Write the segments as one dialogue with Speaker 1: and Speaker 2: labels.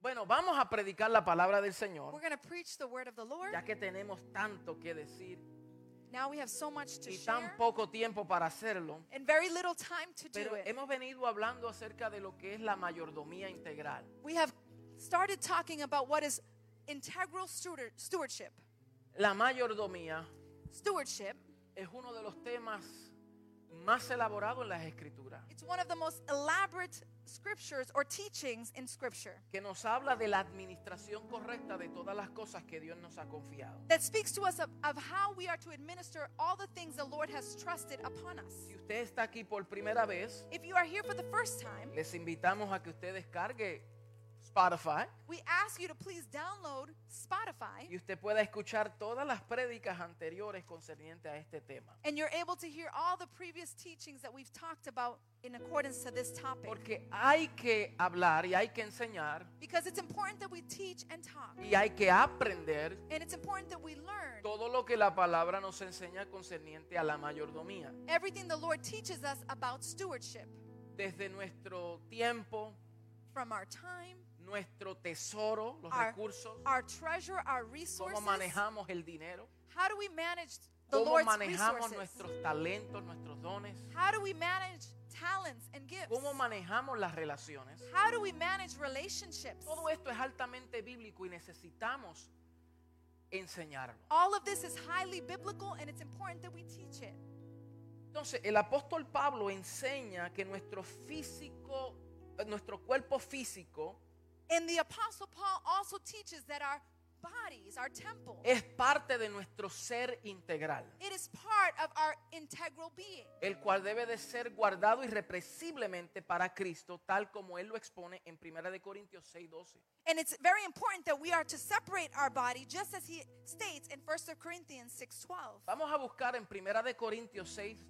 Speaker 1: Bueno, vamos a predicar la palabra del Señor,
Speaker 2: We're going to preach the word of the Lord.
Speaker 1: ya que tenemos tanto que decir
Speaker 2: Now we have so much to
Speaker 1: y
Speaker 2: share
Speaker 1: tan poco tiempo para hacerlo.
Speaker 2: and very little time to do
Speaker 1: Pero
Speaker 2: it.
Speaker 1: hemos venido hablando acerca de lo que es la mayordomía integral.
Speaker 2: We have started talking about what is integral steward- stewardship.
Speaker 1: La mayordomía
Speaker 2: Stewardship,
Speaker 1: es uno de los temas más elaborados en las escrituras,
Speaker 2: it's one of the most elaborate scriptures or teachings in scripture
Speaker 1: que nos habla de la administración correcta de todas las cosas que Dios nos ha confiado.
Speaker 2: that speaks to us of, of how we are to administer all the things the Lord has trusted upon us.
Speaker 1: Si usted está aquí por primera vez,
Speaker 2: If you are here for the first time,
Speaker 1: les invitamos a que usted descargue Spotify
Speaker 2: we ask you to please download Spotify
Speaker 1: y usted pueda escuchar todas las prédicas anteriores concernientes a este tema.
Speaker 2: and you're able to hear all the previous teachings that we've talked about in accordance to this topic.
Speaker 1: Porque hay que hablar y hay que enseñar
Speaker 2: Because it's important that we teach and talk.
Speaker 1: y hay que aprender
Speaker 2: And it's important that we learn
Speaker 1: todo lo que la palabra nos enseña concerniente a la mayordomía,
Speaker 2: everything the Lord teaches us about stewardship
Speaker 1: desde nuestro tiempo,
Speaker 2: from our time,
Speaker 1: nuestro tesoro, los
Speaker 2: Our-
Speaker 1: recursos,
Speaker 2: our treasure, our
Speaker 1: cómo
Speaker 2: resources.
Speaker 1: manejamos el dinero,
Speaker 2: How do we manage the
Speaker 1: cómo
Speaker 2: Lord's
Speaker 1: manejamos
Speaker 2: resources?
Speaker 1: nuestros talentos, nuestros dones,
Speaker 2: How do we manage talents and gifts?
Speaker 1: cómo manejamos las relaciones.
Speaker 2: How do we manage relationships?
Speaker 1: Todo esto es altamente bíblico y necesitamos enseñarlo.
Speaker 2: All of this is highly biblical and it's important that we teach it.
Speaker 1: Entonces, el apóstol Pablo enseña que nuestro físico, eh, nuestro cuerpo físico
Speaker 2: And the Apostle Paul also teaches that our bodies, our temple,
Speaker 1: es parte de nuestro ser integral,
Speaker 2: it is part of our integral being.
Speaker 1: el cual debe de ser guardado irrepresiblemente para Cristo, tal como él lo expone en 1 de Corintios 6:12.
Speaker 2: And it's very important that we are to separate our body just as he states in 1 Corinthians 6:12.
Speaker 1: Vamos a buscar en 1 de Corintios 6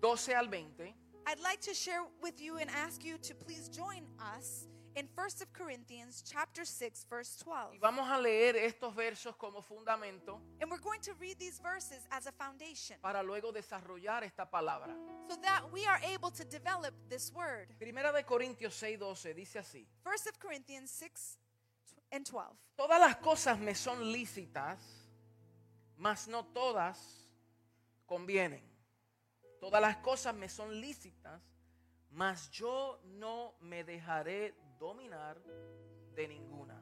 Speaker 1: 12 al 20
Speaker 2: I'd like to share with you and ask you to please join us in 1 Corinthians chapter 6 verse
Speaker 1: y
Speaker 2: 12.
Speaker 1: vamos a leer estos versos como fundamento
Speaker 2: And we're going to read these verses as a foundation
Speaker 1: para luego desarrollar esta palabra.
Speaker 2: so that we are able to develop this word.
Speaker 1: Primera de Corintios 6:12 dice así:
Speaker 2: 1 Corinthians 6 and 12.
Speaker 1: Todas las cosas me son lícitas, mas no todas convienen. Todas las cosas me son lícitas, mas yo no me dejaré dominar de ninguna.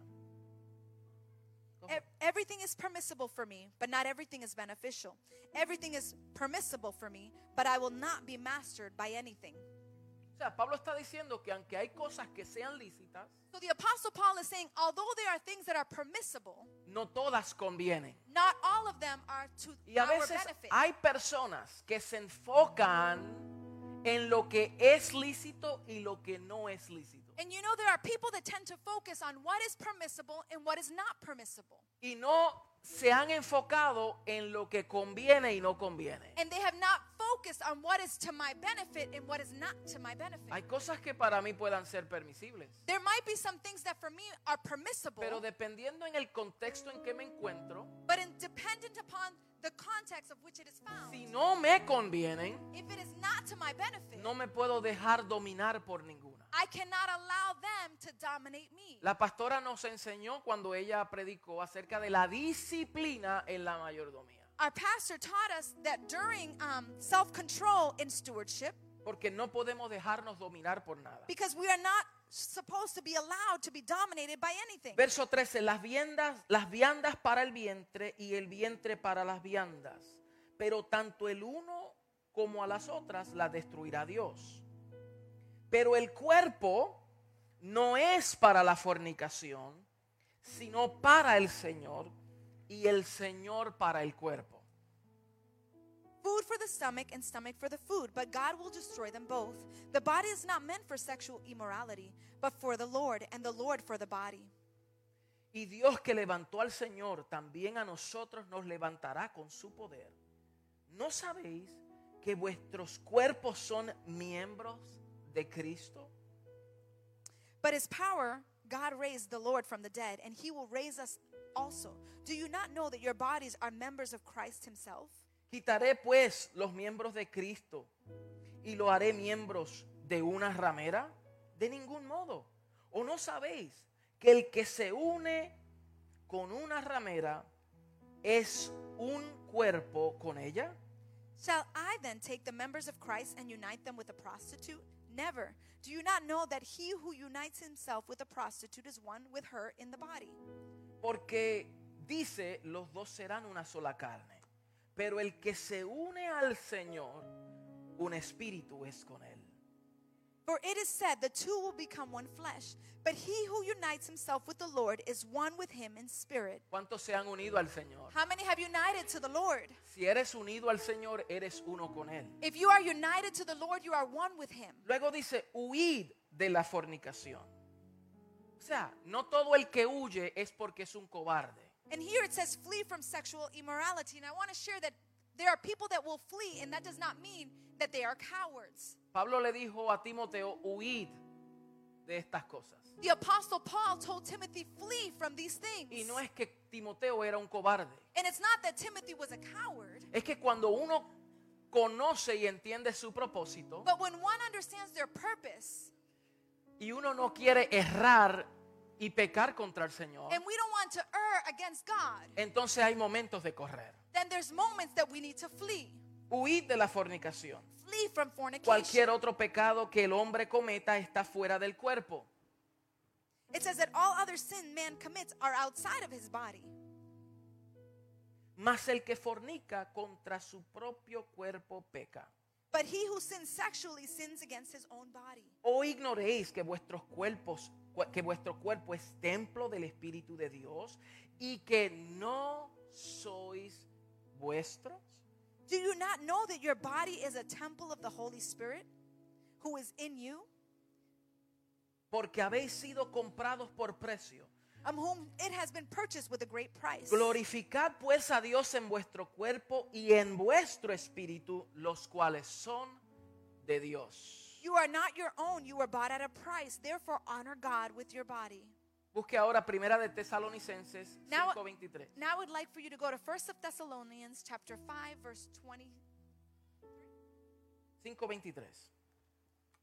Speaker 1: Go
Speaker 2: "Ev-
Speaker 1: ahead.
Speaker 2: E-, Everything is permissible for me, but not everything is beneficial. Everything is permissible for me, but I will not be mastered by anything.
Speaker 1: O sea, Pablo está diciendo que aunque hay cosas que sean lícitas,
Speaker 2: So the Apostle Paul is saying, although there are things that are permissible,
Speaker 1: no todas convienen.
Speaker 2: not all of them are to
Speaker 1: Y a
Speaker 2: our
Speaker 1: veces
Speaker 2: benefit.
Speaker 1: hay personas que se enfocan en lo que es lícito y lo que no es lícito.
Speaker 2: and you know, there are people that tend to focus on what is permissible and what is not permissible.
Speaker 1: Y no se han enfocado en lo que conviene y no conviene.
Speaker 2: And they have not focused on what is to my benefit and what is not to my benefit.
Speaker 1: Hay cosas que para mí puedan ser permisibles,
Speaker 2: there might be some things that for me are permissible,
Speaker 1: pero dependiendo en el contexto en que me encuentro,
Speaker 2: but in, dependent upon the context of which it is found.
Speaker 1: si no me convienen,
Speaker 2: if it is not to my benefit,
Speaker 1: no me puedo dejar dominar por ninguna.
Speaker 2: I cannot allow them to dominate me.
Speaker 1: La pastora nos enseñó cuando ella predicó acerca de la disciplina en la mayordomía.
Speaker 2: Our pastor taught us that during um, self control in stewardship,
Speaker 1: Porque no podemos dejarnos dominar por nada.
Speaker 2: because we are not supposed to be allowed to be dominated by anything.
Speaker 1: Verso 13, las viandas, las viandas para el vientre y el vientre para las viandas, pero tanto el uno como a las otras las destruirá Dios. Pero el cuerpo no es para la fornicación, sino para el Señor y el Señor para el cuerpo.
Speaker 2: Food for the stomach and stomach for the food, but God will destroy them both. The body is not meant for sexual immorality, but for the Lord, and the Lord for the body.
Speaker 1: Y Dios que levantó al Señor, también a nosotros nos levantará con su poder. ¿No sabéis que vuestros cuerpos son miembros de Cristo?
Speaker 2: But his power, God raised the Lord from the dead, and he will raise us also. Do you not know that your bodies are members of Christ himself?
Speaker 1: Quitaré pues los miembros de Cristo y lo haré miembros de una ramera? De ningún modo. ¿O no sabéis que el que se une con una ramera es un cuerpo con ella?
Speaker 2: Shall I then take the members of Christ and unite them with a prostitute? Never. Do you not know that he who unites himself with a prostitute is one with her in the body?
Speaker 1: Porque dice, los dos serán una sola carne. Pero el que se une al Señor, un espíritu es con él.
Speaker 2: For it is said, the two will become one flesh, but he who unites himself with the Lord is one with him in spirit.
Speaker 1: ¿Cuántos se han unido al Señor?
Speaker 2: How many have united to the Lord?
Speaker 1: Si eres unido al Señor, eres uno con él.
Speaker 2: If you are united to the Lord, you are one with him.
Speaker 1: Luego dice, huid de la fornicación. O sea, no todo el que huye es porque es un cobarde.
Speaker 2: And here it says, flee from sexual immorality. And I want to share that there are people that will flee, and that does not mean that they are cowards.
Speaker 1: Pablo le dijo a Timoteo, huid de estas cosas.
Speaker 2: The Apostle Paul told Timothy, flee from these things.
Speaker 1: Y no es que Timoteo era un cobarde.
Speaker 2: And it's not that Timothy was a coward,
Speaker 1: Es que cuando uno conoce y entiende su propósito
Speaker 2: but when one understands their purpose,
Speaker 1: y uno no quiere errar y pecar contra el Señor,
Speaker 2: and we don't want to err against God,
Speaker 1: entonces hay momentos de correr.
Speaker 2: then there's moments that we need to flee.
Speaker 1: Huid de la fornicación.
Speaker 2: Flee from fornication.
Speaker 1: Cualquier otro pecado que el hombre cometa está fuera del cuerpo.
Speaker 2: It says that all other sin man commits are outside of his body.
Speaker 1: Mas el que fornica contra su propio cuerpo peca.
Speaker 2: But he who sins sexually sins against his own body.
Speaker 1: ¿O Oh, ignoréis que vuestros cuerpos que vuestro cuerpo es templo del espíritu de Dios y que no sois vuestros?
Speaker 2: Do you not know that your body is a temple of the Holy Spirit who is in you,
Speaker 1: Porque habéis sido comprados por precio.
Speaker 2: of um, whom it has been purchased with a great price?
Speaker 1: Glorificad pues a Dios en vuestro cuerpo y en vuestro espíritu, los cuales son de Dios.
Speaker 2: You are not your own, you were bought at a price. Therefore, honor God with your body.
Speaker 1: Busque ahora primera de Tesalonicenses
Speaker 2: Now-
Speaker 1: 5:23.
Speaker 2: Now I would like for you to go to 1 of Thessalonians chapter 5 verse 20.
Speaker 1: 5:23.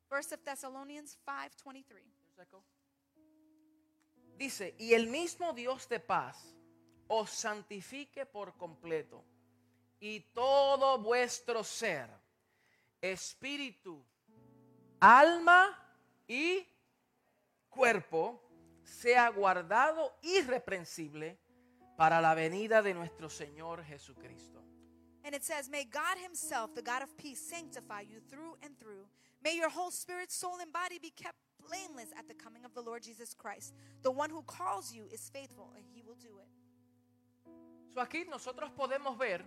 Speaker 2: 1 of Thessalonians 5:23.
Speaker 1: Dice, y el mismo Dios de paz os santifique por completo y todo vuestro ser, espíritu, alma y cuerpo sea guardado irreprensible para la venida de nuestro Señor Jesucristo.
Speaker 2: And it says, "May God himself, the God of peace, sanctify you through and through. May your whole spirit, soul and body be kept blameless at the coming of the Lord Jesus Christ. The one who calls you is faithful and he will do it."
Speaker 1: So aquí nosotros podemos ver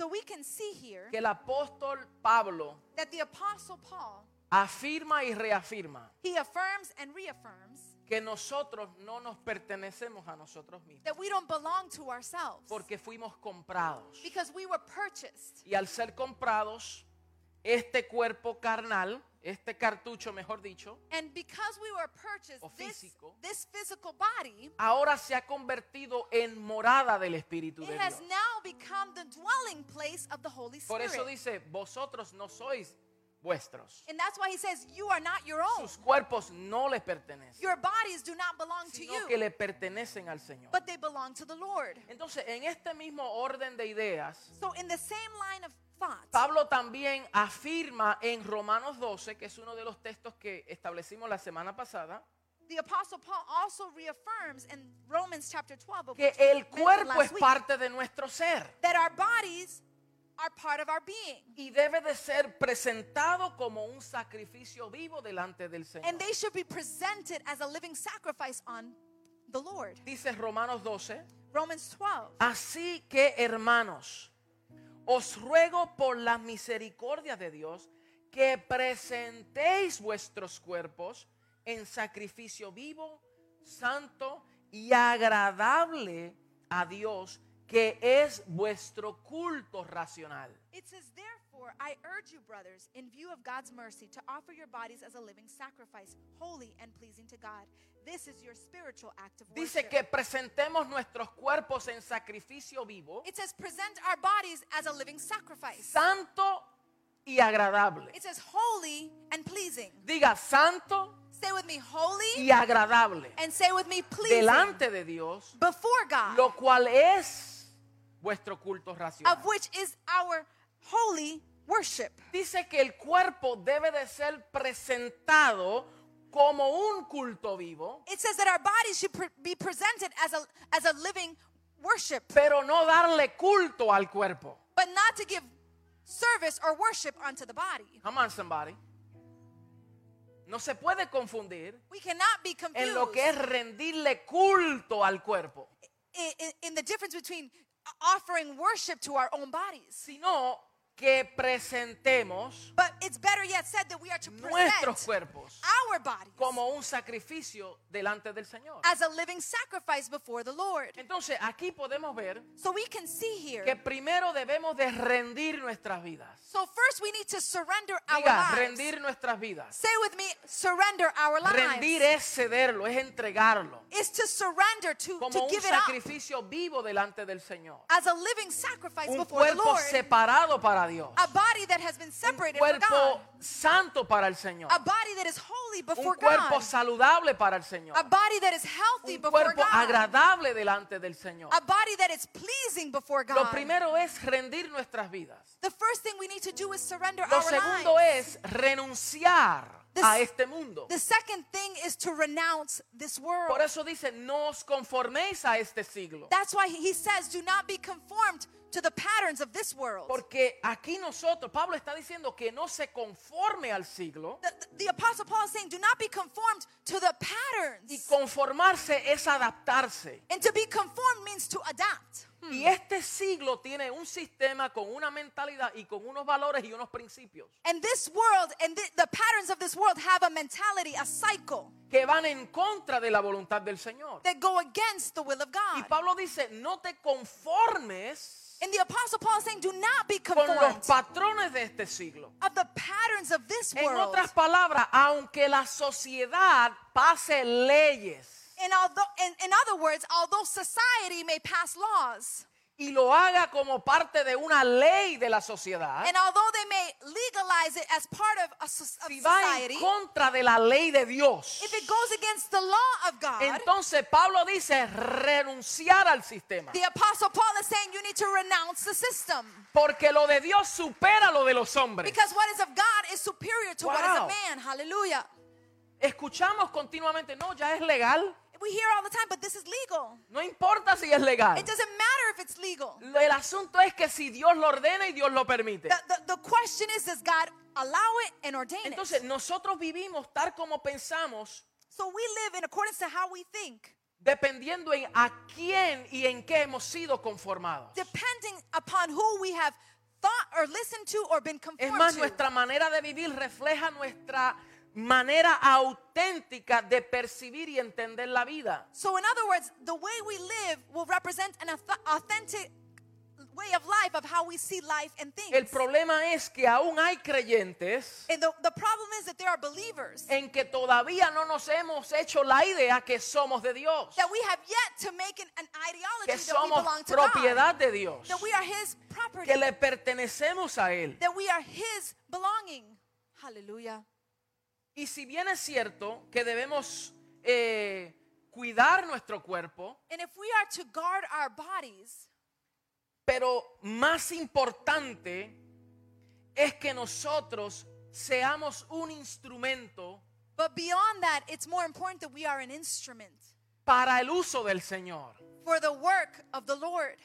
Speaker 2: So we can see here
Speaker 1: que el apóstol Pablo
Speaker 2: that the apostle Paul,
Speaker 1: afirma y reafirma
Speaker 2: he affirms and reaffirms
Speaker 1: que nosotros no nos pertenecemos a nosotros mismos
Speaker 2: that we don't belong to ourselves.
Speaker 1: porque fuimos comprados.
Speaker 2: Because we were purchased.
Speaker 1: Y al ser comprados, este cuerpo carnal, este cartucho mejor dicho,
Speaker 2: And because we were purchased,
Speaker 1: O
Speaker 2: this,
Speaker 1: físico.
Speaker 2: this physical body,
Speaker 1: ahora se ha convertido en morada del Espíritu de
Speaker 2: it has
Speaker 1: Dios.
Speaker 2: now become the dwelling place of the Holy
Speaker 1: Por
Speaker 2: Spirit.
Speaker 1: eso dice, vosotros no sois vuestros.
Speaker 2: and that's why he says, You are not your own.
Speaker 1: Sus cuerpos no les pertenecen,
Speaker 2: Your bodies do not belong to
Speaker 1: sino que
Speaker 2: you,
Speaker 1: le pertenecen al Señor.
Speaker 2: but they belong to the Lord.
Speaker 1: Entonces, en este mismo orden de ideas,
Speaker 2: So, in the same line of thought,
Speaker 1: Pablo también afirma en Romanos 12, que es uno de los textos que establecimos la semana pasada,
Speaker 2: the Apostle Paul also reaffirms in Romans chapter 12 of
Speaker 1: que
Speaker 2: which we
Speaker 1: el
Speaker 2: mentioned
Speaker 1: cuerpo
Speaker 2: last
Speaker 1: es
Speaker 2: week,
Speaker 1: parte de nuestro ser
Speaker 2: that our bodies are part of our being.
Speaker 1: y debe de ser presentado como un sacrificio vivo delante del Señor.
Speaker 2: And they should be presented as a living sacrifice on the Lord.
Speaker 1: Dice Romanos 12,
Speaker 2: Romans 12.
Speaker 1: así que hermanos, os ruego por las misericordias de Dios que presentéis vuestros cuerpos en sacrificio vivo, santo y agradable a Dios, que es vuestro culto racional.
Speaker 2: It says, Therefore, I urge you, brothers, in view of God's mercy, to offer your bodies as a living sacrifice, holy and pleasing to God. This is your spiritual act of
Speaker 1: Dice
Speaker 2: worship.
Speaker 1: que presentemos nuestros cuerpos en sacrificio vivo,
Speaker 2: It says, Present our bodies as a living sacrifice.
Speaker 1: santo y agradable.
Speaker 2: It says, Holy and pleasing.
Speaker 1: Diga santo
Speaker 2: Say with me, holy.
Speaker 1: y agradable
Speaker 2: And say with me, pleasing.
Speaker 1: delante de Dios,
Speaker 2: Before God.
Speaker 1: lo cual es vuestro culto racional.
Speaker 2: Of which is our holy worship.
Speaker 1: Dice que el cuerpo debe de ser presentado como un culto vivo,
Speaker 2: It says that our bodies should pre- be presented as a, as a living worship,
Speaker 1: pero no darle culto al cuerpo.
Speaker 2: but not to give service or worship unto the body.
Speaker 1: Come on, somebody. No se puede confundir
Speaker 2: We cannot be
Speaker 1: en
Speaker 2: confused
Speaker 1: lo que es rendirle culto al cuerpo,
Speaker 2: i- i- in the difference between offering worship to our own bodies.
Speaker 1: sino que presentemos
Speaker 2: But it's better yet said that we are to
Speaker 1: nuestros
Speaker 2: present
Speaker 1: cuerpos
Speaker 2: our bodies
Speaker 1: como un sacrificio delante del Señor.
Speaker 2: as a living sacrifice before the Lord.
Speaker 1: Entonces aquí podemos ver
Speaker 2: So we can see here.
Speaker 1: que primero debemos de rendir nuestras vidas.
Speaker 2: So first we need to surrender our
Speaker 1: Diga,
Speaker 2: lives.
Speaker 1: rendir nuestras vidas.
Speaker 2: Say with me, surrender our
Speaker 1: Rendir
Speaker 2: lives.
Speaker 1: es cederlo, es entregarlo
Speaker 2: Is to surrender to,
Speaker 1: como
Speaker 2: to
Speaker 1: un
Speaker 2: give it up
Speaker 1: sacrificio vivo delante del Señor.
Speaker 2: as a living sacrifice
Speaker 1: Un
Speaker 2: before the
Speaker 1: cuerpo
Speaker 2: Lord.
Speaker 1: separado para Dios.
Speaker 2: A body that has been
Speaker 1: Un
Speaker 2: separated for God.
Speaker 1: cuerpo santo para el Señor.
Speaker 2: A body that is holy
Speaker 1: Un
Speaker 2: before
Speaker 1: cuerpo
Speaker 2: God.
Speaker 1: saludable para el Señor.
Speaker 2: A body that is healthy
Speaker 1: Un
Speaker 2: before
Speaker 1: cuerpo
Speaker 2: God.
Speaker 1: agradable delante del Señor.
Speaker 2: A body that is pleasing before
Speaker 1: Lo
Speaker 2: God.
Speaker 1: primero es rendir nuestras vidas.
Speaker 2: The first thing we need to do is surrender
Speaker 1: Lo
Speaker 2: our
Speaker 1: segundo
Speaker 2: lives.
Speaker 1: es renunciar
Speaker 2: The
Speaker 1: a
Speaker 2: s-
Speaker 1: este mundo.
Speaker 2: The second thing is to renounce this world.
Speaker 1: Por eso dice, no os conforméis a este siglo.
Speaker 2: That's why he says, do not be conformed to the patterns of this world.
Speaker 1: Porque aquí nosotros, Pablo está diciendo que no se conforme al siglo.
Speaker 2: The, the Apostle Paul is saying, do not be conformed to the
Speaker 1: Y
Speaker 2: patterns.
Speaker 1: conformarse es adaptarse.
Speaker 2: And to be conformed means to adapt.
Speaker 1: Y este siglo tiene un sistema con una mentalidad y con unos valores y unos principios
Speaker 2: And this world and the, the patterns of this world have a mentality, a cycle
Speaker 1: que van en contra de la voluntad del Señor.
Speaker 2: that go against the will of
Speaker 1: Y
Speaker 2: God.
Speaker 1: Pablo dice, no te conformes
Speaker 2: And the Apostle Paul is saying, do not be
Speaker 1: con los
Speaker 2: conformed
Speaker 1: patrones de este siglo.
Speaker 2: of the patterns of this
Speaker 1: En
Speaker 2: world.
Speaker 1: otras palabras, aunque la sociedad pase leyes
Speaker 2: And although, in, in other words, although society may pass laws,
Speaker 1: y lo haga como parte de una ley de la sociedad,
Speaker 2: and although they may legalize it as part of, a, so- of
Speaker 1: si va
Speaker 2: society,
Speaker 1: en contra de la ley de Dios,
Speaker 2: if it goes against the law of God,
Speaker 1: Entonces Pablo dice renunciar al sistema.
Speaker 2: the Apostle Paul is saying you need to renounce the system.
Speaker 1: Porque lo de Dios supera lo de los hombres.
Speaker 2: Because what is of God is superior to what is
Speaker 1: Wow.
Speaker 2: of man. Hallelujah.
Speaker 1: Escuchamos continuamente, no, ya es legal.
Speaker 2: We hear all the time, but this is legal.
Speaker 1: No importa si es legal.
Speaker 2: It doesn't matter if it's legal.
Speaker 1: Lo- El asunto es que si Dios lo ordena y Dios lo permite.
Speaker 2: The, the, the question is, does God allow it and ordain
Speaker 1: Entonces
Speaker 2: it?
Speaker 1: nosotros vivimos tal como pensamos,
Speaker 2: So we live in accordance to how we think,
Speaker 1: dependiendo en a quién y en qué hemos sido conformados.
Speaker 2: depending upon who we have thought or listened to or been
Speaker 1: Es
Speaker 2: conformed
Speaker 1: más,
Speaker 2: to.
Speaker 1: nuestra manera de vivir refleja nuestra manera auténtica de percibir y entender la vida.
Speaker 2: So in other words, the way we live will represent an auth- authentic way of life of how we see life and things.
Speaker 1: El problema es que aún hay creyentes
Speaker 2: and the, the problem is that there are believers
Speaker 1: en que todavía no nos hemos hecho la idea que somos de Dios,
Speaker 2: that we have yet to make an, an ideology
Speaker 1: que
Speaker 2: that we
Speaker 1: somos
Speaker 2: belong to God,
Speaker 1: propiedad de Dios,
Speaker 2: that we are His property,
Speaker 1: que le pertenecemos a Él.
Speaker 2: that we are His belonging. Hallelujah.
Speaker 1: Y si bien es cierto que debemos eh, cuidar nuestro cuerpo,
Speaker 2: And if we are to guard our bodies,
Speaker 1: pero más importante es que nosotros seamos un instrumento
Speaker 2: but beyond that, it's more important that we are an instrument
Speaker 1: para el uso del Señor,
Speaker 2: for the work of the Lord,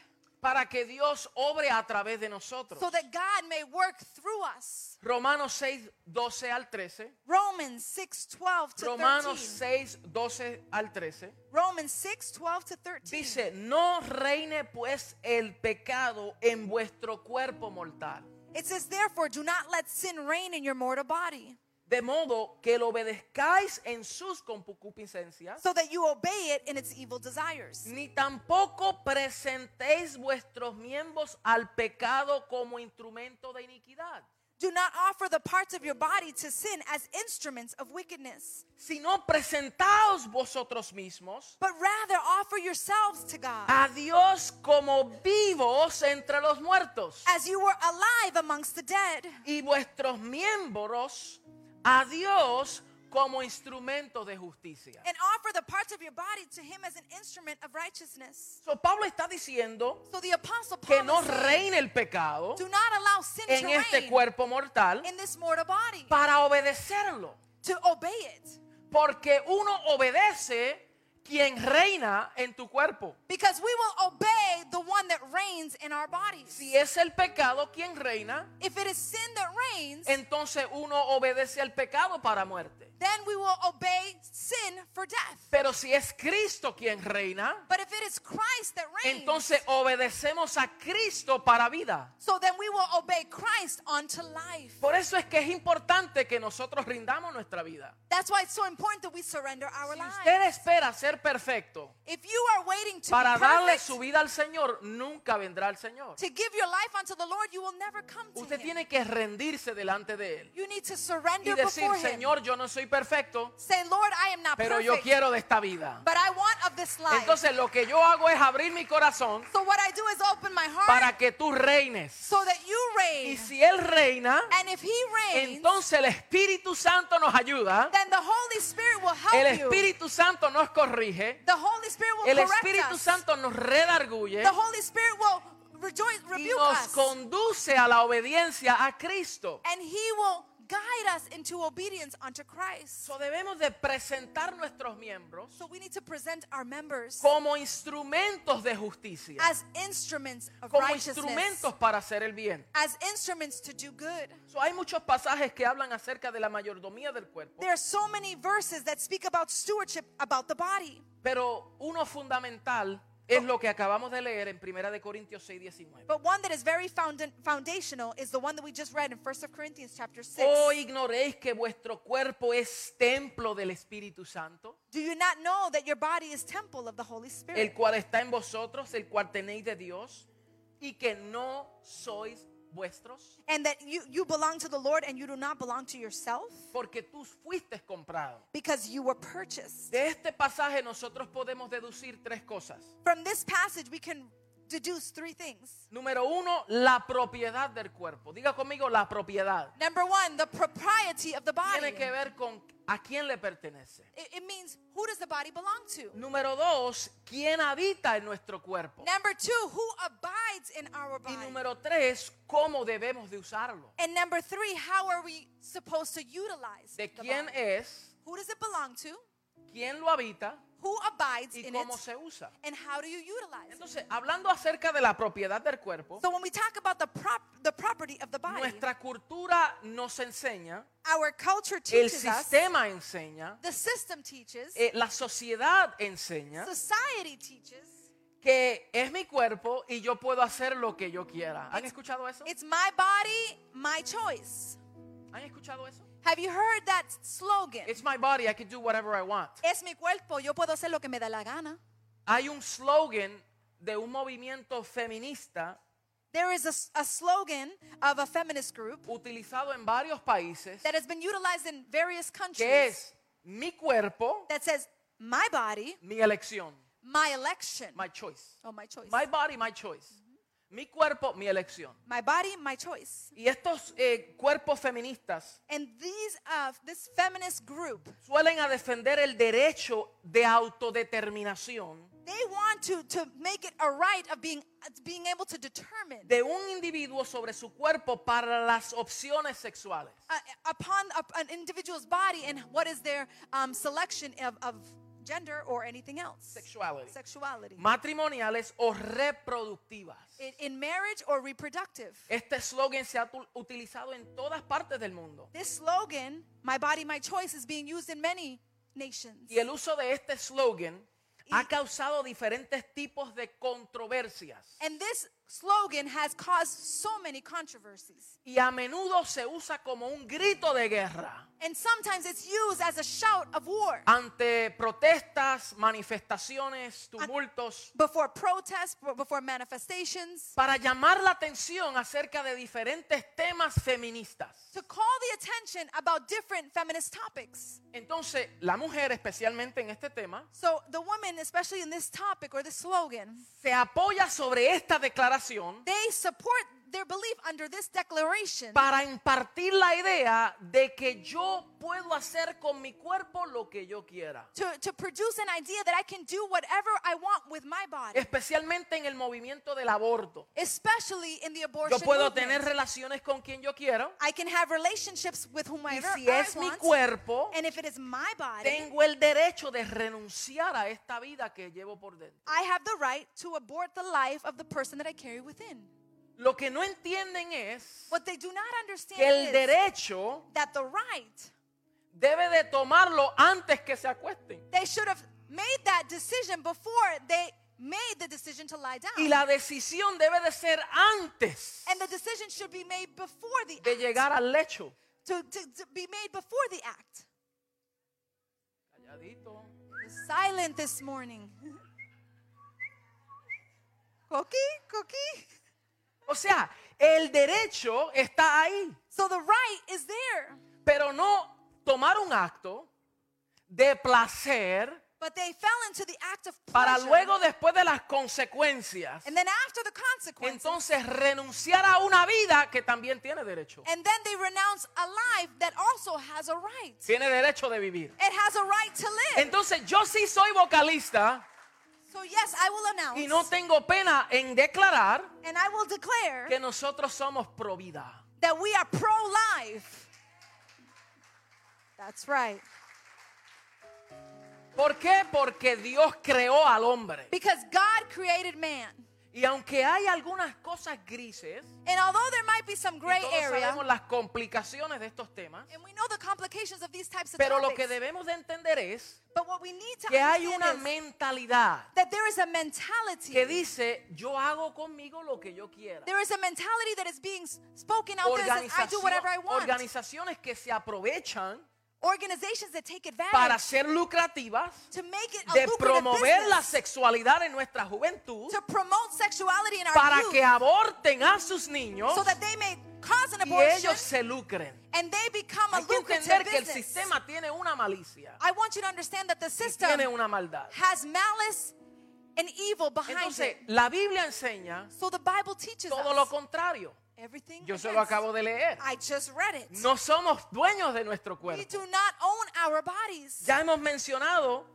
Speaker 1: para que Dios obre a través de nosotros.
Speaker 2: so that God may work through us.
Speaker 1: Romanos 6, 12 al 13.
Speaker 2: Romans 6 12 to
Speaker 1: Romanos
Speaker 2: 13.
Speaker 1: 6, 12 al 13.
Speaker 2: Romans 6 12 to 13.
Speaker 1: Dice, no reine pues el pecado en vuestro cuerpo mortal,
Speaker 2: It says, Therefore, do not let sin reign in your mortal body.
Speaker 1: de modo que lo obedezcáis en sus concupiscencias,
Speaker 2: so that you obey it in its evil desires.
Speaker 1: ni tampoco presentéis vuestros miembros al pecado como instrumento de iniquidad,
Speaker 2: Do not offer the parts of your body to sin as instruments of wickedness,
Speaker 1: sino presentaos vosotros mismos
Speaker 2: but rather offer yourselves to God
Speaker 1: a Dios como vivos entre los muertos.
Speaker 2: as you were alive amongst the dead,
Speaker 1: y vuestros miembros a Dios como instrumento de justicia.
Speaker 2: and offer the parts of your body to him as an instrument of righteousness.
Speaker 1: So, Pablo está diciendo
Speaker 2: So the apostle Paul
Speaker 1: que no
Speaker 2: is saying,
Speaker 1: reine el pecado
Speaker 2: do not allow sin
Speaker 1: en
Speaker 2: to
Speaker 1: este
Speaker 2: reign
Speaker 1: cuerpo mortal
Speaker 2: in this mortal body
Speaker 1: para obedecerlo.
Speaker 2: to obey it.
Speaker 1: Porque uno obedece quien reina en tu cuerpo.
Speaker 2: Because we will obey the one that reigns in our bodies.
Speaker 1: Si es el pecado quien reina,
Speaker 2: If it is sin that reigns,
Speaker 1: entonces uno obedece al pecado para muerte.
Speaker 2: then we will obey sin for death.
Speaker 1: Pero si es Cristo quien reina,
Speaker 2: But if it is Christ that reigns,
Speaker 1: entonces obedecemos a Cristo para vida.
Speaker 2: so then we will obey Christ unto life.
Speaker 1: Por eso es que es importante que nosotros rindamos nuestra vida.
Speaker 2: That's why it's so important that we surrender our
Speaker 1: Si
Speaker 2: lives.
Speaker 1: usted espera ser perfecto
Speaker 2: if you are waiting to
Speaker 1: para
Speaker 2: be
Speaker 1: darle
Speaker 2: perfect,
Speaker 1: su vida al Señor, nunca vendrá el Señor.
Speaker 2: to give your life unto the Lord, you will never come to
Speaker 1: Usted
Speaker 2: him.
Speaker 1: tiene que rendirse delante de Él
Speaker 2: you need to surrender
Speaker 1: y decir,
Speaker 2: before him.
Speaker 1: Señor, yo no soy perfecto,
Speaker 2: Say, Lord, I am not
Speaker 1: pero
Speaker 2: perfect,
Speaker 1: yo quiero de esta vida.
Speaker 2: but I want of this life.
Speaker 1: Entonces lo que yo hago es abrir mi corazón
Speaker 2: so what I do is open my heart
Speaker 1: para que tú reines.
Speaker 2: so that you reign.
Speaker 1: Y si Él reina,
Speaker 2: And if he reigns,
Speaker 1: entonces el Espíritu Santo nos ayuda,
Speaker 2: then the Holy Spirit will help
Speaker 1: el
Speaker 2: you.
Speaker 1: Espíritu Santo nos corrige,
Speaker 2: The Holy Spirit will
Speaker 1: el
Speaker 2: correct
Speaker 1: Espíritu
Speaker 2: us.
Speaker 1: Santo nos redarguye
Speaker 2: The Holy Spirit will rejoice,
Speaker 1: y
Speaker 2: rebuke
Speaker 1: nos
Speaker 2: us.
Speaker 1: conduce a la obediencia a Cristo.
Speaker 2: and he will guide us into obedience unto Christ.
Speaker 1: So debemos de presentar nuestros miembros
Speaker 2: So we need to present our members
Speaker 1: como instrumentos de justicia,
Speaker 2: as instruments of
Speaker 1: como
Speaker 2: righteousness,
Speaker 1: instrumentos para hacer el bien.
Speaker 2: as instruments to do good.
Speaker 1: So, hay muchos pasajes que hablan acerca de la mayordomía del cuerpo,
Speaker 2: There are so many verses that speak about stewardship about the body.
Speaker 1: pero uno fundamental es lo que acabamos de leer en 1 de Corintios 6, 19.
Speaker 2: But one that is very found- foundational is the one that we just read in 1 Corinthians chapter 6.
Speaker 1: ¿O Oh, ignoréis que vuestro cuerpo es templo del Espíritu Santo,
Speaker 2: Do you not know that your body is temple of the Holy Spirit?
Speaker 1: el cual está en vosotros, el cual tenéis de Dios, y que no sois vuestros?
Speaker 2: and that you, you belong to the Lord and you do not belong to yourself
Speaker 1: Porque tú fuiste comprado.
Speaker 2: because you were purchased.
Speaker 1: De este pasaje nosotros podemos deducir tres cosas.
Speaker 2: From this passage, we can deduce three things.
Speaker 1: Número uno, la propiedad del cuerpo. Diga conmigo, la propiedad.
Speaker 2: Number one, the propriety of the body.
Speaker 1: Tiene que ver con a quién le pertenece.
Speaker 2: It, it means who does the body belong to?
Speaker 1: Número dos, quién habita en nuestro cuerpo.
Speaker 2: Number two, who abides in our
Speaker 1: Y
Speaker 2: body?
Speaker 1: número tres, cómo debemos de usarlo.
Speaker 2: And number three, how are we supposed to utilize
Speaker 1: De
Speaker 2: the
Speaker 1: quién
Speaker 2: body?
Speaker 1: es,
Speaker 2: Who does it belong to?
Speaker 1: quién lo habita
Speaker 2: Who abides
Speaker 1: y
Speaker 2: in it?
Speaker 1: cómo se usa.
Speaker 2: And how do you utilize it?
Speaker 1: Entonces, hablando acerca de la propiedad del cuerpo,
Speaker 2: So when we talk about the prop the property of the body,
Speaker 1: nuestra cultura nos enseña,
Speaker 2: our culture
Speaker 1: el
Speaker 2: teaches us
Speaker 1: sistema enseña,
Speaker 2: The system teaches,
Speaker 1: eh, la sociedad enseña
Speaker 2: society teaches,
Speaker 1: que es mi cuerpo y yo puedo hacer lo que yo quiera. ¿Han escuchado eso?
Speaker 2: it's my body, my choice.
Speaker 1: ¿Han escuchado eso?
Speaker 2: Have you heard that slogan?
Speaker 1: It's my body, I can do whatever I want.
Speaker 2: es mi cuerpo, yo puedo hacer lo que me da la gana.
Speaker 1: Hay un slogan de un movimiento feminista
Speaker 2: There is a, s- a slogan of a feminist group
Speaker 1: utilizado en varios países
Speaker 2: that has been utilized in various
Speaker 1: que
Speaker 2: countries
Speaker 1: es mi cuerpo,
Speaker 2: that says, my body,
Speaker 1: mi elección,
Speaker 2: my election.
Speaker 1: my choice.
Speaker 2: oh, my choice.
Speaker 1: My body, my choice. Mi cuerpo, mi elección.
Speaker 2: my body, my choice.
Speaker 1: Y estos eh, cuerpos feministas
Speaker 2: And these, uh, this feminist group,
Speaker 1: suelen a defender el derecho de autodeterminación
Speaker 2: they want to, to make it a right of being, being able to determine
Speaker 1: de un individuo sobre su cuerpo para las opciones sexuales.
Speaker 2: uh, upon up- an individual's body and what is their um, selection of, of gender or anything else
Speaker 1: Sexuality.
Speaker 2: sexuality
Speaker 1: matrimoniales o reproductivas.
Speaker 2: in, in marriage or reproductive
Speaker 1: Este slogan se ha tu- utilizado en todas partes del mundo.
Speaker 2: this slogan my body my choice is being used in many nations
Speaker 1: Y el uso de este slogan ha
Speaker 2: Y-
Speaker 1: causado diferentes tipos de controversias.
Speaker 2: and this slogan has caused so many controversies
Speaker 1: Y a menudo se usa como un grito de guerra
Speaker 2: and sometimes it's used as a shout of war
Speaker 1: ante protestas, manifestaciones, tumultos,
Speaker 2: before protests b- before manifestations
Speaker 1: para llamar la atención acerca de diferentes temas feministas.
Speaker 2: to call the attention about different feminist topics
Speaker 1: Entonces, la mujer, especialmente en este tema,
Speaker 2: so the women especially in this topic or this slogan
Speaker 1: se apoya sobre esta declaración
Speaker 2: they support their belief under this declaration
Speaker 1: para impartir la idea de que yo puedo hacer con mi cuerpo lo que yo quiera.
Speaker 2: to, to produce an idea that I can do whatever I want with my body,
Speaker 1: Especialmente en el movimiento del aborto.
Speaker 2: especially in the abortion
Speaker 1: Yo puedo
Speaker 2: movement.
Speaker 1: tener relaciones con quien yo quiero.
Speaker 2: I can have relationships with
Speaker 1: Y
Speaker 2: whomever
Speaker 1: si es
Speaker 2: I
Speaker 1: mi
Speaker 2: want,
Speaker 1: cuerpo,
Speaker 2: and if it is my body,
Speaker 1: tengo el derecho de renunciar a esta vida que llevo por dentro.
Speaker 2: I have the right to abort the life of the person that I carry within.
Speaker 1: Lo que no entienden es
Speaker 2: What they do not understand
Speaker 1: que el
Speaker 2: is
Speaker 1: derecho
Speaker 2: that the right,
Speaker 1: debe de tomarlo antes que se acuesten.
Speaker 2: they should have made that decision before they made the decision to lie down.
Speaker 1: Y la decisión debe de ser antes
Speaker 2: and the decision should be made before the
Speaker 1: de
Speaker 2: act.
Speaker 1: llegar al lecho.
Speaker 2: to, to, to be made before the act.
Speaker 1: Calladito.
Speaker 2: You're silent this morning. Cookie, cookie.
Speaker 1: O sea, el derecho está ahí,
Speaker 2: So the right is there,
Speaker 1: pero no tomar un acto de placer
Speaker 2: but they fell into the act of
Speaker 1: para
Speaker 2: pleasure.
Speaker 1: luego después de las consecuencias.
Speaker 2: and then after the consequences,
Speaker 1: Entonces renunciar a una vida que también tiene derecho.
Speaker 2: and then they renounce a life that also has a right.
Speaker 1: Tiene derecho de vivir.
Speaker 2: It has a right to live.
Speaker 1: Entonces yo sí soy vocalista
Speaker 2: so yes, I will announce,
Speaker 1: y no tengo pena en declarar
Speaker 2: and I will declare
Speaker 1: que nosotros somos pro vida.
Speaker 2: that we are pro-life. That's right.
Speaker 1: ¿Por qué? Porque Dios creó al hombre.
Speaker 2: Because God created man.
Speaker 1: Y aunque hay algunas cosas grises,
Speaker 2: And although there might be some
Speaker 1: y
Speaker 2: gray
Speaker 1: todos
Speaker 2: area,
Speaker 1: sabemos las complicaciones de estos temas,
Speaker 2: and we know the complications of these types of
Speaker 1: pero lo que
Speaker 2: topics,
Speaker 1: debemos de entender es
Speaker 2: but what we need to
Speaker 1: que hay
Speaker 2: understand
Speaker 1: una
Speaker 2: is
Speaker 1: mentalidad
Speaker 2: that there is a mentality.
Speaker 1: que dice, yo hago conmigo lo que yo quiera.
Speaker 2: there is a mentality that is being s- spoken out there that says, I do whatever I
Speaker 1: Organización-
Speaker 2: want.
Speaker 1: organizaciones que se aprovechan
Speaker 2: Organizations that take advantage
Speaker 1: para ser lucrativas,
Speaker 2: to make it a
Speaker 1: de
Speaker 2: lucrative
Speaker 1: promover la
Speaker 2: business,
Speaker 1: sexualidad en nuestra juventud,
Speaker 2: to promote sexuality in our
Speaker 1: para
Speaker 2: youth
Speaker 1: que aborten a sus niños
Speaker 2: so that they may cause an
Speaker 1: y
Speaker 2: abortion
Speaker 1: ellos se lucren.
Speaker 2: and they become a
Speaker 1: Hay que
Speaker 2: lucrative
Speaker 1: entender que el
Speaker 2: business.
Speaker 1: sistema tiene una malicia,
Speaker 2: I want you to understand that the
Speaker 1: y
Speaker 2: system
Speaker 1: tiene una maldad.
Speaker 2: has malice and evil behind
Speaker 1: Entonces,
Speaker 2: it.
Speaker 1: la Biblia enseña
Speaker 2: So the Bible teaches
Speaker 1: todo
Speaker 2: us
Speaker 1: lo contrario.
Speaker 2: everything.
Speaker 1: Yo se lo
Speaker 2: against-
Speaker 1: acabo de leer.
Speaker 2: I just read it.
Speaker 1: No somos dueños de nuestro
Speaker 2: we
Speaker 1: cuerpo.
Speaker 2: do not own our bodies.
Speaker 1: Ya hemos mencionado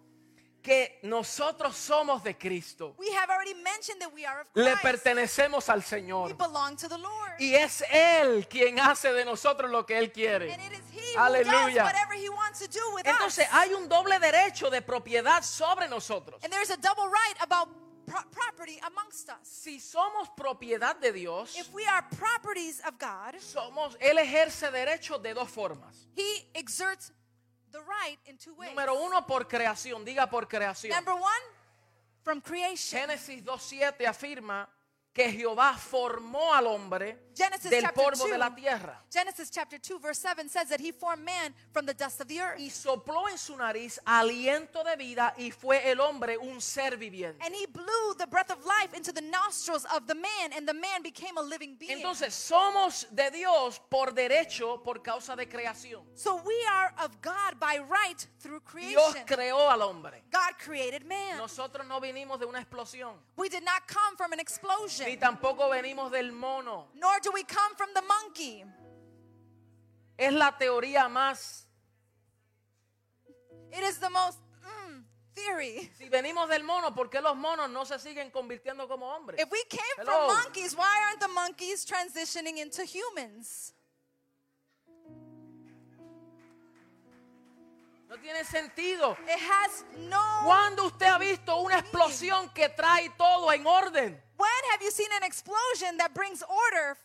Speaker 1: que nosotros somos de Cristo.
Speaker 2: We have already mentioned that we are of
Speaker 1: Le
Speaker 2: Christ.
Speaker 1: pertenecemos al
Speaker 2: We
Speaker 1: Señor.
Speaker 2: belong to the Lord.
Speaker 1: Y es Él quien hace de nosotros lo que Él quiere.
Speaker 2: and it is He who
Speaker 1: Aleluya.
Speaker 2: does whatever He wants to do with
Speaker 1: Entonces ah,
Speaker 2: us.
Speaker 1: hay un doble derecho de propiedad sobre nosotros.
Speaker 2: and there's a double right about pro- property amongst us.
Speaker 1: Si somos propiedad de Dios,
Speaker 2: If we are properties of God,
Speaker 1: somos, Él ejerce derecho de dos formas.
Speaker 2: He exerts the right in two ways.
Speaker 1: Número uno, por creación. Diga por creación.
Speaker 2: Number one, from creation.
Speaker 1: Génesis 2.7 afirma que Jehová formó al hombre
Speaker 2: Genesis
Speaker 1: del
Speaker 2: chapter
Speaker 1: polvo de
Speaker 2: 2.
Speaker 1: la tierra
Speaker 2: Genesis chapter 2 verse 7 says that he formed man from the dust of the earth
Speaker 1: y sopló en su nariz aliento de vida y fue el hombre un ser viviente.
Speaker 2: and he blew the breath of life into the nostrils of the man and the man became a living being.
Speaker 1: Entonces somos de Dios por derecho, por causa de creación.
Speaker 2: so we are of God by right through creation.
Speaker 1: Dios creó al hombre.
Speaker 2: God created man.
Speaker 1: Nosotros no vinimos de una explosión,
Speaker 2: we did not come from an
Speaker 1: ni
Speaker 2: explosion
Speaker 1: tampoco venimos del mono.
Speaker 2: nor do we come from the monkey.
Speaker 1: Es la teoría más.
Speaker 2: It is the most mm, theory.
Speaker 1: Si venimos del mono, ¿por qué los monos no se siguen convirtiendo como hombres?
Speaker 2: If we came
Speaker 1: Hello.
Speaker 2: from monkeys, why aren't the monkeys transitioning into humans?
Speaker 1: No tiene sentido.
Speaker 2: It has no
Speaker 1: ¿Cuándo usted ha visto una explosión que trae todo en orden?
Speaker 2: When have you seen an explosion that brings order?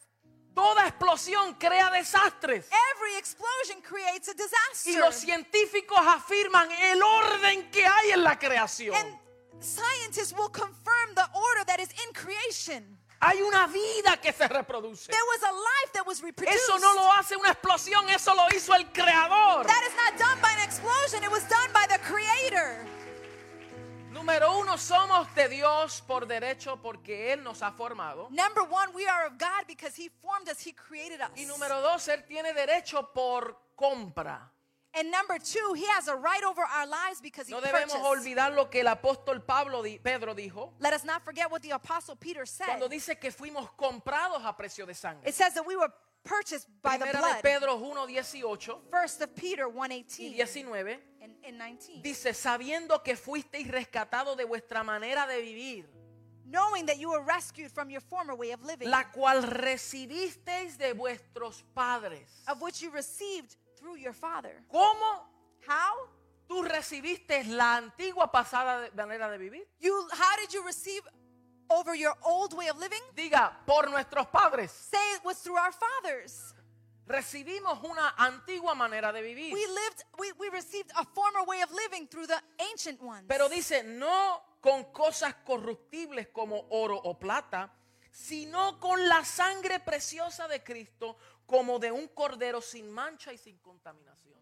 Speaker 1: Toda explosión crea desastres.
Speaker 2: Every explosion creates a disaster.
Speaker 1: Y los científicos afirman el orden que hay en la creación.
Speaker 2: and scientists will confirm the order that is in creation.
Speaker 1: Hay una vida que se reproduce.
Speaker 2: There was a life that was reproduced.
Speaker 1: Eso no lo hace una explosión, eso lo hizo el creador.
Speaker 2: that is not done by an explosion, it was done by the Creator.
Speaker 1: Número uno, somos de Dios por derecho porque Él nos ha formado.
Speaker 2: Number one, we are of God because He formed us, He created us.
Speaker 1: Y número dos, Él tiene derecho por compra.
Speaker 2: And number two, he has a right over our lives because he
Speaker 1: No debemos
Speaker 2: purchased.
Speaker 1: olvidar lo que el apóstol Pablo di- Pedro dijo
Speaker 2: Let us not forget what the apostle Peter said.
Speaker 1: cuando dice que fuimos comprados a precio de sangre.
Speaker 2: It says that we were purchased by the
Speaker 1: Primera de
Speaker 2: blood.
Speaker 1: Pedro 1, 18
Speaker 2: First of Peter
Speaker 1: y
Speaker 2: 1:18
Speaker 1: 19
Speaker 2: and, and 19.
Speaker 1: dice, sabiendo que fuisteis rescatados de vuestra manera de vivir,
Speaker 2: Knowing that you were rescued from your former way of living,
Speaker 1: la cual recibisteis de vuestros padres.
Speaker 2: of which you received through your father.
Speaker 1: ¿Cómo
Speaker 2: How?
Speaker 1: tú recibiste la antigua pasada de- manera de vivir?
Speaker 2: You how did you receive over your old way of living?
Speaker 1: Diga, por nuestros padres.
Speaker 2: Say it was through our fathers.
Speaker 1: Recibimos una antigua manera de vivir.
Speaker 2: We lived we, we received a former way of living through the ancient ones.
Speaker 1: Pero dice, no con cosas corruptibles como oro o plata, sino con la sangre preciosa de Cristo, como de un cordero sin mancha y sin contaminación.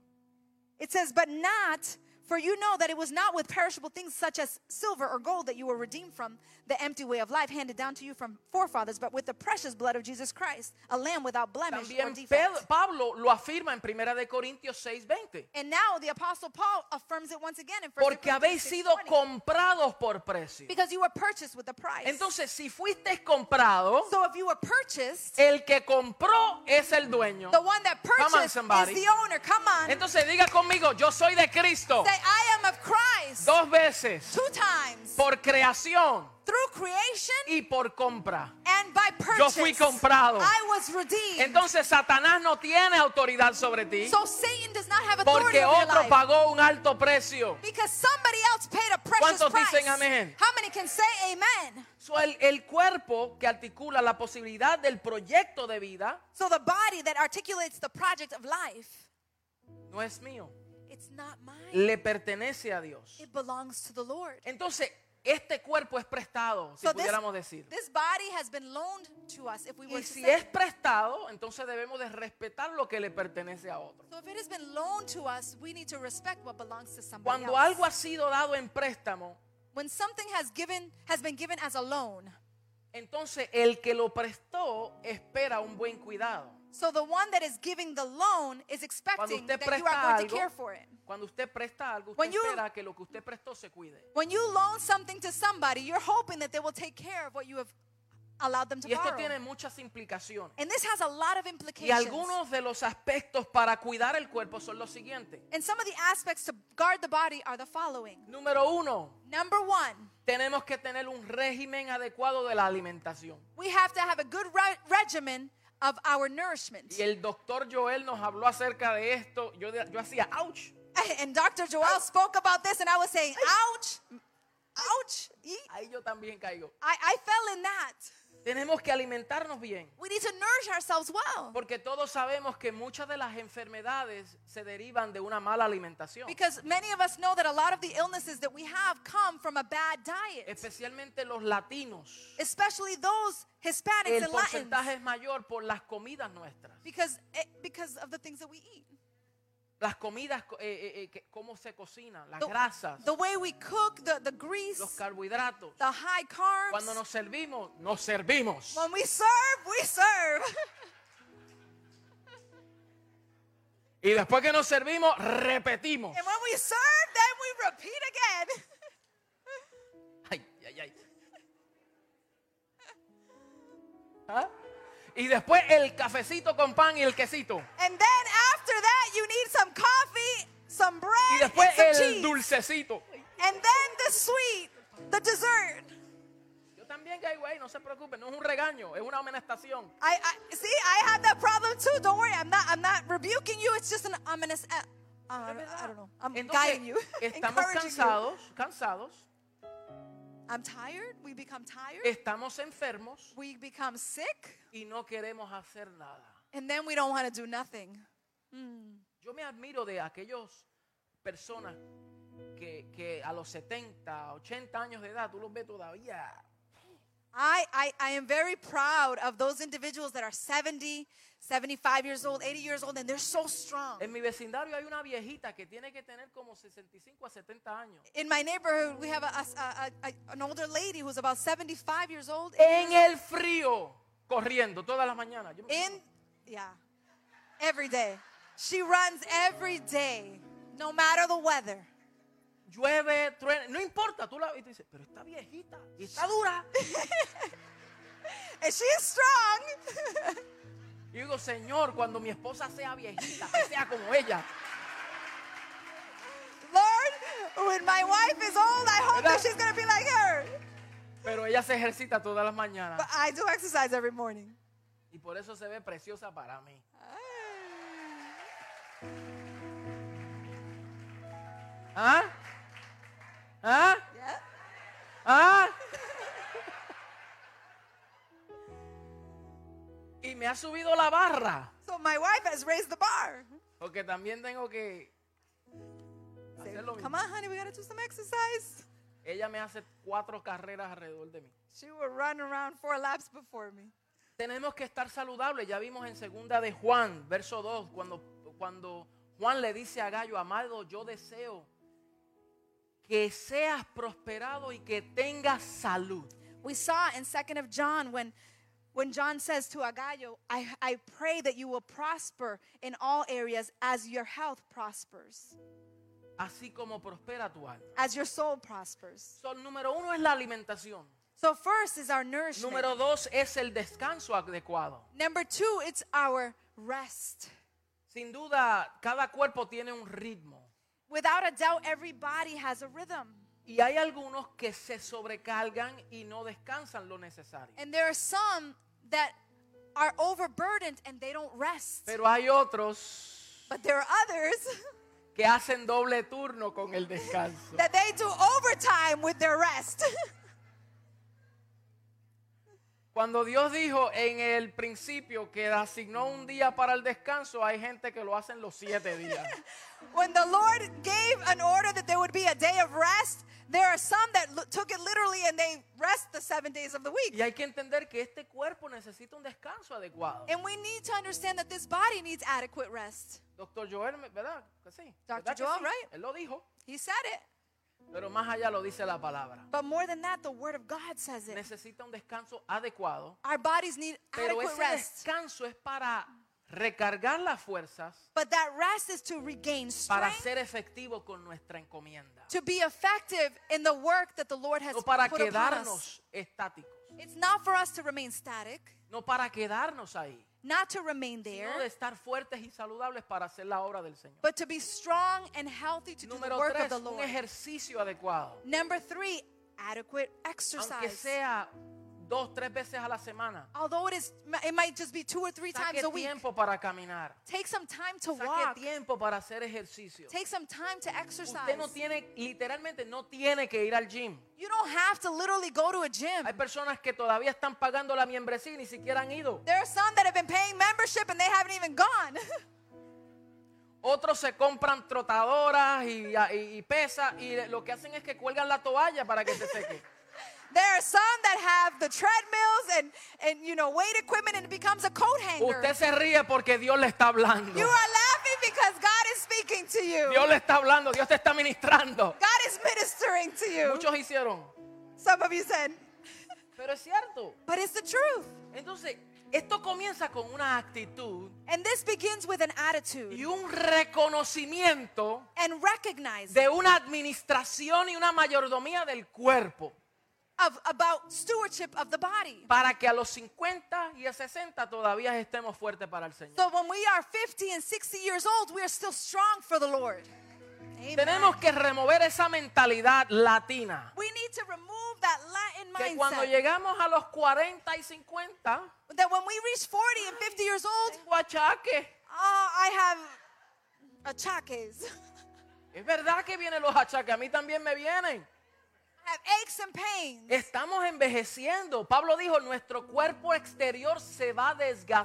Speaker 2: It says, but not, for you know that it was not with perishable things such as silver or gold that you were redeemed from the empty way of life handed down to you from forefathers, but with the precious blood of Jesus Christ, a lamb without blemish or
Speaker 1: También
Speaker 2: defect.
Speaker 1: Pedro- Pablo lo afirma en 1 de Corintios 6:20.
Speaker 2: And now the Apostle Paul affirms it once again in 1
Speaker 1: Porque habéis
Speaker 2: Corinthians
Speaker 1: sido
Speaker 2: 6:20,
Speaker 1: comprados por precio.
Speaker 2: because you were purchased with a price.
Speaker 1: Entonces, si fuiste comprado,
Speaker 2: so if you were purchased,
Speaker 1: el que compró es el dueño.
Speaker 2: the one that
Speaker 1: on,
Speaker 2: purchased
Speaker 1: somebody.
Speaker 2: is the owner. Come on.
Speaker 1: Entonces, diga conmigo, yo soy de Cristo
Speaker 2: Say, I am of Christ
Speaker 1: dos veces,
Speaker 2: two times
Speaker 1: por creación
Speaker 2: through creation
Speaker 1: y por compra.
Speaker 2: and by purchase.
Speaker 1: Yo fui comprado.
Speaker 2: I was redeemed.
Speaker 1: Entonces Satanás no tiene autoridad sobre ti
Speaker 2: So Satan does not have authority
Speaker 1: porque
Speaker 2: over your
Speaker 1: otro
Speaker 2: life
Speaker 1: pagó un alto precio.
Speaker 2: because somebody else paid a precious
Speaker 1: ¿Cuántos
Speaker 2: price.
Speaker 1: dicen amén?
Speaker 2: How many can say amen?
Speaker 1: So, el, el cuerpo que articula la posibilidad del proyecto de vida
Speaker 2: So the body that articulates the project of life,
Speaker 1: no es mío,
Speaker 2: it's not mine.
Speaker 1: le pertenece a Dios.
Speaker 2: It belongs to the Lord.
Speaker 1: Entonces, este cuerpo es prestado, si
Speaker 2: so this,
Speaker 1: pudiéramos decir.
Speaker 2: this body has been loaned to us if we were
Speaker 1: Y
Speaker 2: to
Speaker 1: si
Speaker 2: say.
Speaker 1: es prestado, entonces debemos de respetar lo que le pertenece a otro.
Speaker 2: So if it has been loaned to us, we need to respect what belongs to somebody
Speaker 1: Cuando
Speaker 2: else.
Speaker 1: algo ha sido dado en préstamo,
Speaker 2: when something has given has been given as a loan,
Speaker 1: entonces el que lo prestó espera un buen cuidado.
Speaker 2: so the one that is giving the loan is
Speaker 1: Cuando
Speaker 2: expecting
Speaker 1: usted
Speaker 2: that you are
Speaker 1: presta
Speaker 2: going to
Speaker 1: algo,
Speaker 2: care for it.
Speaker 1: cuando usted presta algo, usted
Speaker 2: When you-
Speaker 1: espera que lo que usted prestó se cuide.
Speaker 2: When you loan something to somebody, you're hoping that they will take care of what you have allowed them to
Speaker 1: Y esto
Speaker 2: borrow.
Speaker 1: tiene muchas implicaciones.
Speaker 2: and this has a lot of
Speaker 1: Y
Speaker 2: implications.
Speaker 1: algunos de los aspectos para cuidar el cuerpo son los siguientes.
Speaker 2: and some of the aspects to guard the body are the following.
Speaker 1: Número uno,
Speaker 2: Number one,
Speaker 1: tenemos que tener un régimen adecuado de la alimentación.
Speaker 2: we have to have a good re- regimen of our nourishment.
Speaker 1: Y el doctor Joel nos habló acerca de esto. Yo, de- yo hacía, ouch.
Speaker 2: And Dr. Joel spoke about this, and I was saying, ouch, ouch, ee."
Speaker 1: Ahí yo también caigo.
Speaker 2: I, I fell in that.
Speaker 1: Tenemos que alimentarnos bien.
Speaker 2: We need to nourish ourselves well.
Speaker 1: Porque todos sabemos que muchas de las enfermedades se derivan de una mala alimentación.
Speaker 2: Because many of us know that a lot of the illnesses that we have come from a bad diet,
Speaker 1: Especialmente los latinos.
Speaker 2: especially those Hispanics
Speaker 1: el
Speaker 2: and Latins,
Speaker 1: porcentaje es mayor por las comidas nuestras.
Speaker 2: because, eh, because of the things that we eat.
Speaker 1: Las comidas, co- eh, eh, eh, que- cómo se cocinan, las
Speaker 2: The,
Speaker 1: grasas,
Speaker 2: the way we cook, the, the grease,
Speaker 1: los carbohidratos.
Speaker 2: the high carbs.
Speaker 1: Cuando nos servimos, nos servimos.
Speaker 2: when we serve, we serve.
Speaker 1: Y después que nos servimos, repetimos.
Speaker 2: and when we serve, then we repeat again.
Speaker 1: Ay, ay, ay. ¿Ah? Y después el cafecito con pan y el quesito.
Speaker 2: And then after that, you need some coffee, some
Speaker 1: Y
Speaker 2: bread,
Speaker 1: después
Speaker 2: and some
Speaker 1: el
Speaker 2: cheese.
Speaker 1: dulcecito.
Speaker 2: And then the sweet, the dessert.
Speaker 1: Yo también caigo ahí, no se preocupen, no es un regaño, es una amonestación.
Speaker 2: I, I see. I have that problem too. Don't worry. I'm not. I'm not rebuking you. It's just an ominous. Uh, I don't- I don't know. I'm guiding you,
Speaker 1: Entonces, estamos
Speaker 2: encouraging you.
Speaker 1: cansados, cansados,
Speaker 2: I'm tired. We become tired.
Speaker 1: estamos enfermos.
Speaker 2: we become sick,
Speaker 1: y no queremos hacer nada.
Speaker 2: and then we don't want to do nothing.
Speaker 1: Yo me admiro de aquellos personas que, que a los 70, 80 años de edad, tú los ves todavía.
Speaker 2: I, I, I am very proud of those individuals that are 70, 75 years old, 80 years old, and they're so strong.
Speaker 1: En mi vecindario hay una viejita que tiene que tener como 65 a 70 años.
Speaker 2: In my neighborhood, we have a, a- a- a- an older lady who's about 75 years old.
Speaker 1: En el frío, corriendo todas las
Speaker 2: Eh.
Speaker 1: mañanas. Yo me-
Speaker 2: In, yeah, every day. She runs every day. No matter the weather,
Speaker 1: llueve, truena, no importa, tú la ves y tú dices, pero está viejita y está dura.
Speaker 2: and she is strong.
Speaker 1: Y yo digo, Señor, cuando mi esposa sea viejita, que sea como ella.
Speaker 2: Lord, when my wife is old, I hope that she's going to be like her.
Speaker 1: Pero ella se ejercita todas las
Speaker 2: But
Speaker 1: mañanas
Speaker 2: I do exercise every morning.
Speaker 1: y por eso se ve preciosa para mí. ¿Ah? ¿Ah?
Speaker 2: Yeah.
Speaker 1: ¿Ah? Y me ha subido la barra,
Speaker 2: So my wife has raised the bar.
Speaker 1: porque también tengo que
Speaker 2: Say,
Speaker 1: hacer lo
Speaker 2: Come
Speaker 1: mismo.
Speaker 2: on, honey, we got to do some exercise.
Speaker 1: Ella me hace cuatro carreras alrededor de mí.
Speaker 2: She will run around four laps before me.
Speaker 1: Tenemos que estar saludables. Ya vimos en segunda de Juan, verso 2, cuando, cuando Juan le dice a Gallo, amado, yo deseo que seas prosperado y que tengas salud.
Speaker 2: We saw in 2nd of John when when John says to Agallo, I, I pray that you will prosper in all areas as your health prospers,
Speaker 1: así como prospera tu alma.
Speaker 2: as your soul prospers.
Speaker 1: So, el número uno es la alimentación.
Speaker 2: So first is our nourishment.
Speaker 1: Número dos es el descanso adecuado.
Speaker 2: Number two, it's our rest.
Speaker 1: Sin duda, cada cuerpo tiene un ritmo.
Speaker 2: Without a doubt, every body has a rhythm.
Speaker 1: Y hay algunos que se sobrecargan y no descansan lo necesario.
Speaker 2: And there are some that are overburdened and they don't rest.
Speaker 1: Pero hay otros
Speaker 2: But there are others
Speaker 1: que hacen doble turno con el descanso.
Speaker 2: that they do overtime with their rest.
Speaker 1: Cuando Dios dijo en el principio que asignó un día para el descanso, hay gente que lo hacen los siete días.
Speaker 2: when the Lord gave an order that there would be a day of rest, there are some that lo- took it literally and they rest the seven days of the week.
Speaker 1: Y hay que entender que este cuerpo necesita un descanso adecuado.
Speaker 2: And we need to understand that this body needs adequate rest.
Speaker 1: Doctor Joel, me- ¿verdad? Que sí.
Speaker 2: Dr.
Speaker 1: ¿Verdad que
Speaker 2: Joel,
Speaker 1: sí?
Speaker 2: right?
Speaker 1: Él lo dijo,
Speaker 2: He said it.
Speaker 1: pero más allá lo dice la palabra.
Speaker 2: But more than that, the Word of God says it.
Speaker 1: Necesita un descanso adecuado,
Speaker 2: Our bodies need
Speaker 1: pero
Speaker 2: adequate
Speaker 1: ese
Speaker 2: rest.
Speaker 1: descanso es para recargar las fuerzas
Speaker 2: But that rest is to regain
Speaker 1: para
Speaker 2: strength,
Speaker 1: ser efectivo con nuestra encomienda,
Speaker 2: to be effective in the work that the Lord has
Speaker 1: no para
Speaker 2: put upon
Speaker 1: quedarnos
Speaker 2: us.
Speaker 1: estáticos,
Speaker 2: It's not for us to remain static,
Speaker 1: no para quedarnos ahí,
Speaker 2: not to remain there,
Speaker 1: sino de estar fuertes y saludables para hacer la obra del Señor.
Speaker 2: but to be strong and healthy to do the
Speaker 1: Número
Speaker 2: work
Speaker 1: tres,
Speaker 2: of the
Speaker 1: un
Speaker 2: Lord.
Speaker 1: ejercicio adecuado,
Speaker 2: Number three, adequate
Speaker 1: aunque
Speaker 2: exercise.
Speaker 1: sea dos, tres veces a la semana.
Speaker 2: Although it is, it might just be two or three times
Speaker 1: Saque
Speaker 2: a week.
Speaker 1: tiempo para caminar.
Speaker 2: Take some time to walk.
Speaker 1: Saque tiempo para hacer ejercicio.
Speaker 2: Take some time to exercise.
Speaker 1: Usted no tiene, literalmente no tiene que ir al gym.
Speaker 2: You don't have to literally go to a
Speaker 1: Hay
Speaker 2: gym.
Speaker 1: personas que todavía están pagando la membresía y ni siquiera han ido.
Speaker 2: There are some that have been paying membership and they haven't even gone.
Speaker 1: Otros se compran trotadoras y, y- y pesas y lo que hacen es que cuelgan la toalla para que se seque.
Speaker 2: there are some that have the treadmills and, and you know weight equipment and it becomes a coat hanger.
Speaker 1: Usted se ríe porque Dios le está hablando.
Speaker 2: you are laughing because God is speaking to you.
Speaker 1: Dios le está hablando, Dios te está ministrando.
Speaker 2: God is ministering to you.
Speaker 1: Muchos hicieron,
Speaker 2: some of you said,
Speaker 1: pero es cierto.
Speaker 2: but it's the truth.
Speaker 1: Entonces, esto comienza con una actitud
Speaker 2: And this begins with an attitude.
Speaker 1: y un reconocimiento
Speaker 2: and recognize
Speaker 1: de una administración y una mayordomía del cuerpo
Speaker 2: of about stewardship of the body.
Speaker 1: para que a los 50 y a 60 todavía estemos fuertes para el Señor.
Speaker 2: So when we are 50 and 60 years old, we are still strong for the Lord. Amen.
Speaker 1: Tenemos que remover esa mentalidad latina
Speaker 2: We need to remove that Latin
Speaker 1: que cuando
Speaker 2: mindset
Speaker 1: llegamos a los 40 y 50
Speaker 2: that when we reach 40 and 50 years old,
Speaker 1: tengo achaques.
Speaker 2: oh, I have achaques.
Speaker 1: Es verdad que vienen los achaques, a mí también me vienen.
Speaker 2: I have aches and pains.
Speaker 1: Estamos envejeciendo. Pablo dijo, nuestro cuerpo exterior se va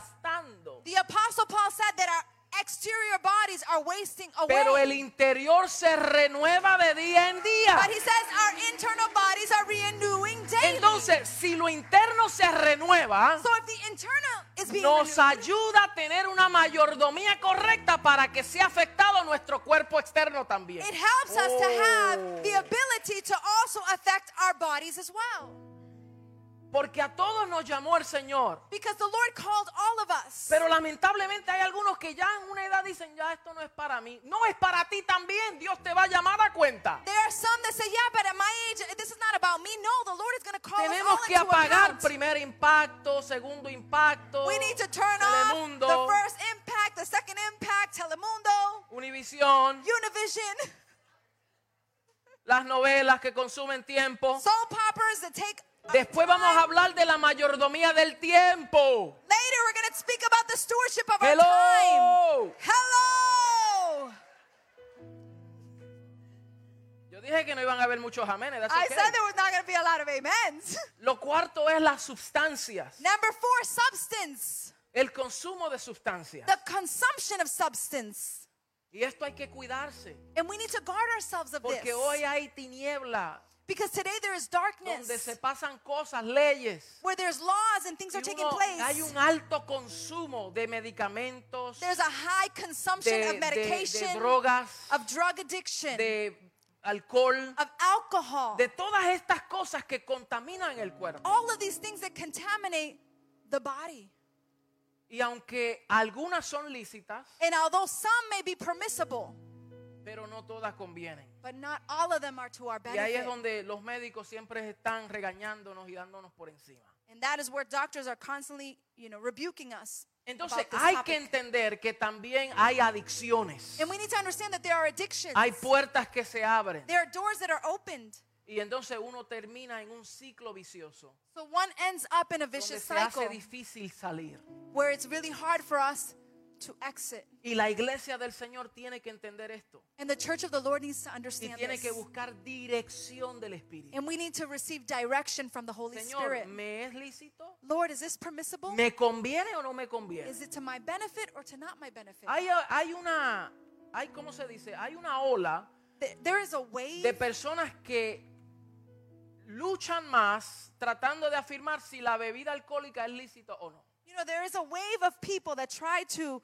Speaker 1: desgastando,
Speaker 2: The apostle Paul said that our exterior bodies are wasting away.
Speaker 1: pero el interior se renueva de día en día.
Speaker 2: But he says our internal bodies are renewing daily.
Speaker 1: Entonces, si lo interno se renueva,
Speaker 2: so if the internal is being
Speaker 1: nos
Speaker 2: renewed,
Speaker 1: ayuda a tener una mayordomía correcta para que sea afectado nuestro cuerpo externo también.
Speaker 2: It helps us to have
Speaker 1: Oh.
Speaker 2: the ability to also affect our bodies as well.
Speaker 1: Porque a todos nos llamó el Señor.
Speaker 2: Because the Lord called all of us.
Speaker 1: Pero lamentablemente hay algunos que ya en una edad dicen, ya esto no es para mí. No es para ti también. Dios te va a llamar a cuenta.
Speaker 2: there are some that say, yeah, but at my age, this is not about me. No, the Lord is going to call us all
Speaker 1: Tenemos que
Speaker 2: into
Speaker 1: apagar
Speaker 2: account.
Speaker 1: primer impacto, segundo impacto,
Speaker 2: We need to turn
Speaker 1: Telemundo.
Speaker 2: off the first impact, the second impact, Telemundo,
Speaker 1: Univisión,
Speaker 2: Univision,
Speaker 1: las novelas que consumen tiempo.
Speaker 2: Soul Poppers that take. up
Speaker 1: Después vamos a
Speaker 2: time.
Speaker 1: hablar de la mayordomía del tiempo.
Speaker 2: Later, we're going to speak about the stewardship of our time.
Speaker 1: Hello.
Speaker 2: Hello.
Speaker 1: Yo dije que no iban a haber muchos amenes. that's
Speaker 2: I
Speaker 1: okay.
Speaker 2: said there was not going to be a lot of amens.
Speaker 1: Lo cuarto es las sustancias,
Speaker 2: Number four, substance.
Speaker 1: el consumo de sustancias.
Speaker 2: The consumption of substance.
Speaker 1: Y esto hay que cuidarse,
Speaker 2: And we need to guard ourselves of
Speaker 1: porque
Speaker 2: this.
Speaker 1: hoy hay tiniebla
Speaker 2: Because today there is
Speaker 1: donde se
Speaker 2: darkness
Speaker 1: pasan cosas, leyes.
Speaker 2: where there's laws and things are
Speaker 1: Y
Speaker 2: taking
Speaker 1: uno- hay
Speaker 2: place.
Speaker 1: un alto consumo de medicamentos,
Speaker 2: There's a high
Speaker 1: de,
Speaker 2: consumption
Speaker 1: de-
Speaker 2: of
Speaker 1: de
Speaker 2: medication,
Speaker 1: drogas,
Speaker 2: of drug addiction,
Speaker 1: de alcohol,
Speaker 2: of alcohol.
Speaker 1: de todas estas cosas que contaminan el cuerpo.
Speaker 2: All of these things that contaminate the body.
Speaker 1: Y aunque algunas son lícitas,
Speaker 2: And although some may be permissible,
Speaker 1: pero no todas convienen.
Speaker 2: but not all of them are to our
Speaker 1: Y ahí es
Speaker 2: benefit.
Speaker 1: donde los médicos siempre están regañándonos y dándonos por encima.
Speaker 2: And that is where doctors are constantly, you know, rebuking us.
Speaker 1: Entonces
Speaker 2: about this
Speaker 1: hay que
Speaker 2: topic.
Speaker 1: entender que también hay adicciones.
Speaker 2: And we need to understand that there are addictions.
Speaker 1: Hay puertas que se abren.
Speaker 2: There are doors that are opened.
Speaker 1: Y entonces uno termina en un ciclo vicioso.
Speaker 2: So one ends up in a
Speaker 1: Donde
Speaker 2: vicious
Speaker 1: se hace
Speaker 2: cycle
Speaker 1: difícil salir.
Speaker 2: where it's really hard for us to exit.
Speaker 1: Y la iglesia del Señor tiene que entender esto.
Speaker 2: And the church of the Lord needs to
Speaker 1: Y
Speaker 2: understand
Speaker 1: tiene
Speaker 2: this.
Speaker 1: que buscar dirección del Espíritu.
Speaker 2: And we need to receive direction from the Holy
Speaker 1: Señor,
Speaker 2: Spirit.
Speaker 1: ¿me es lícito?
Speaker 2: Lord, is this permissible?
Speaker 1: ¿Me conviene o no me conviene?
Speaker 2: Is it to my benefit or to not my benefit?
Speaker 1: Hay, hay una, hay, ¿cómo se dice? Hay una ola
Speaker 2: Th- There is a wave
Speaker 1: de personas que luchan más tratando de afirmar si la bebida alcohólica es lícita o no.
Speaker 2: You know, there is a wave of people that try to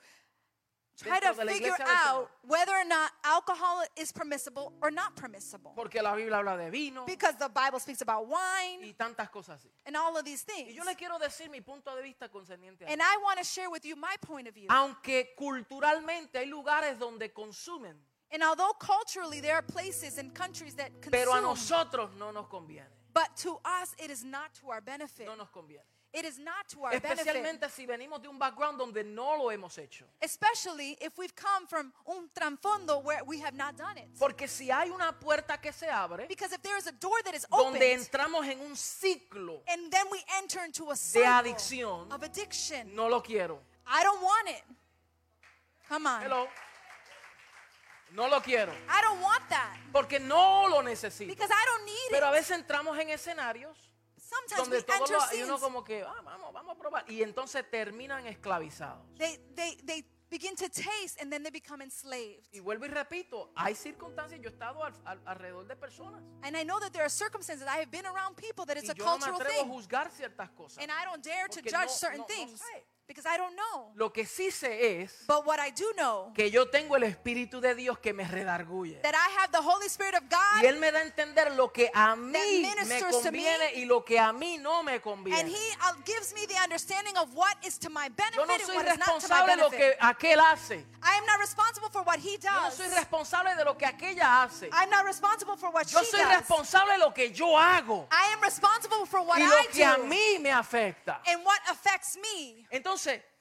Speaker 2: try
Speaker 1: Dentro
Speaker 2: to
Speaker 1: de la
Speaker 2: figure
Speaker 1: iglesia del
Speaker 2: out
Speaker 1: Señor.
Speaker 2: whether or not alcohol is permissible or not permissible.
Speaker 1: Porque la Biblia habla de vino
Speaker 2: Because the Bible speaks about wine
Speaker 1: y tantas cosas así.
Speaker 2: and all of these
Speaker 1: Y
Speaker 2: things.
Speaker 1: yo le quiero decir mi punto de vista concerniente a
Speaker 2: And
Speaker 1: esto.
Speaker 2: I want to share with you my point of view.
Speaker 1: Ah. Aunque culturalmente hay lugares donde consumen,
Speaker 2: And although culturally there are places and countries that
Speaker 1: pero a
Speaker 2: consume,
Speaker 1: nosotros no nos conviene.
Speaker 2: but to us it is not to our benefit.
Speaker 1: No nos conviene.
Speaker 2: It is not to our benefit.
Speaker 1: Especialmente si venimos de un background donde no lo hemos hecho.
Speaker 2: Especially if we've come from un trasfondo where we have not done it.
Speaker 1: Porque si hay una puerta que se abre,
Speaker 2: Because if there is a door that is opened,
Speaker 1: donde entramos en un ciclo,
Speaker 2: And then we enter into a cycle
Speaker 1: adicción.
Speaker 2: of addiction.
Speaker 1: no lo quiero.
Speaker 2: I don't want it. Come on.
Speaker 1: Hello. No lo quiero.
Speaker 2: I don't want that
Speaker 1: Porque no lo necesito.
Speaker 2: because I don't need
Speaker 1: Pero a
Speaker 2: it.
Speaker 1: veces entramos en escenarios
Speaker 2: Sometimes we
Speaker 1: donde todo
Speaker 2: enter
Speaker 1: lo, y uno
Speaker 2: scenes.
Speaker 1: como que, "Ah, vamos, vamos a probar. Y entonces terminan esclavizados.
Speaker 2: They, they, they begin to taste and then they become enslaved.
Speaker 1: Y vuelvo y repito, hay circunstancias, yo he estado al- al- alrededor de personas.
Speaker 2: And I know that there are circumstances. I have been around people that it's
Speaker 1: Y
Speaker 2: a
Speaker 1: yo no me
Speaker 2: cultural
Speaker 1: atrevo a
Speaker 2: thing.
Speaker 1: juzgar ciertas cosas.
Speaker 2: And I don't dare to
Speaker 1: Porque
Speaker 2: judge
Speaker 1: no-
Speaker 2: certain
Speaker 1: no- no
Speaker 2: things
Speaker 1: sé.
Speaker 2: because I don't know.
Speaker 1: Lo que sí sé es
Speaker 2: But what I do know
Speaker 1: que yo tengo el Espíritu de Dios que me redarguye.
Speaker 2: that I have the Holy Spirit of God
Speaker 1: Y Él me da a entender lo que a mí me
Speaker 2: ministers to me,
Speaker 1: conviene y lo que a mí no me
Speaker 2: and
Speaker 1: conviene.
Speaker 2: He uh, gives me the understanding of what is to my benefit
Speaker 1: Yo no
Speaker 2: and
Speaker 1: soy
Speaker 2: what is not to my
Speaker 1: responsable de lo
Speaker 2: benefit.
Speaker 1: que aquel hace.
Speaker 2: I am not responsible for what he
Speaker 1: Yo no
Speaker 2: does.
Speaker 1: soy responsable de lo que aquella hace.
Speaker 2: I'm not responsible for what
Speaker 1: Yo
Speaker 2: she
Speaker 1: soy
Speaker 2: does.
Speaker 1: responsable de lo que yo hago
Speaker 2: I am responsible for what
Speaker 1: y
Speaker 2: I
Speaker 1: lo
Speaker 2: do
Speaker 1: que a mí me afecta.
Speaker 2: and what affects me.
Speaker 1: Entonces,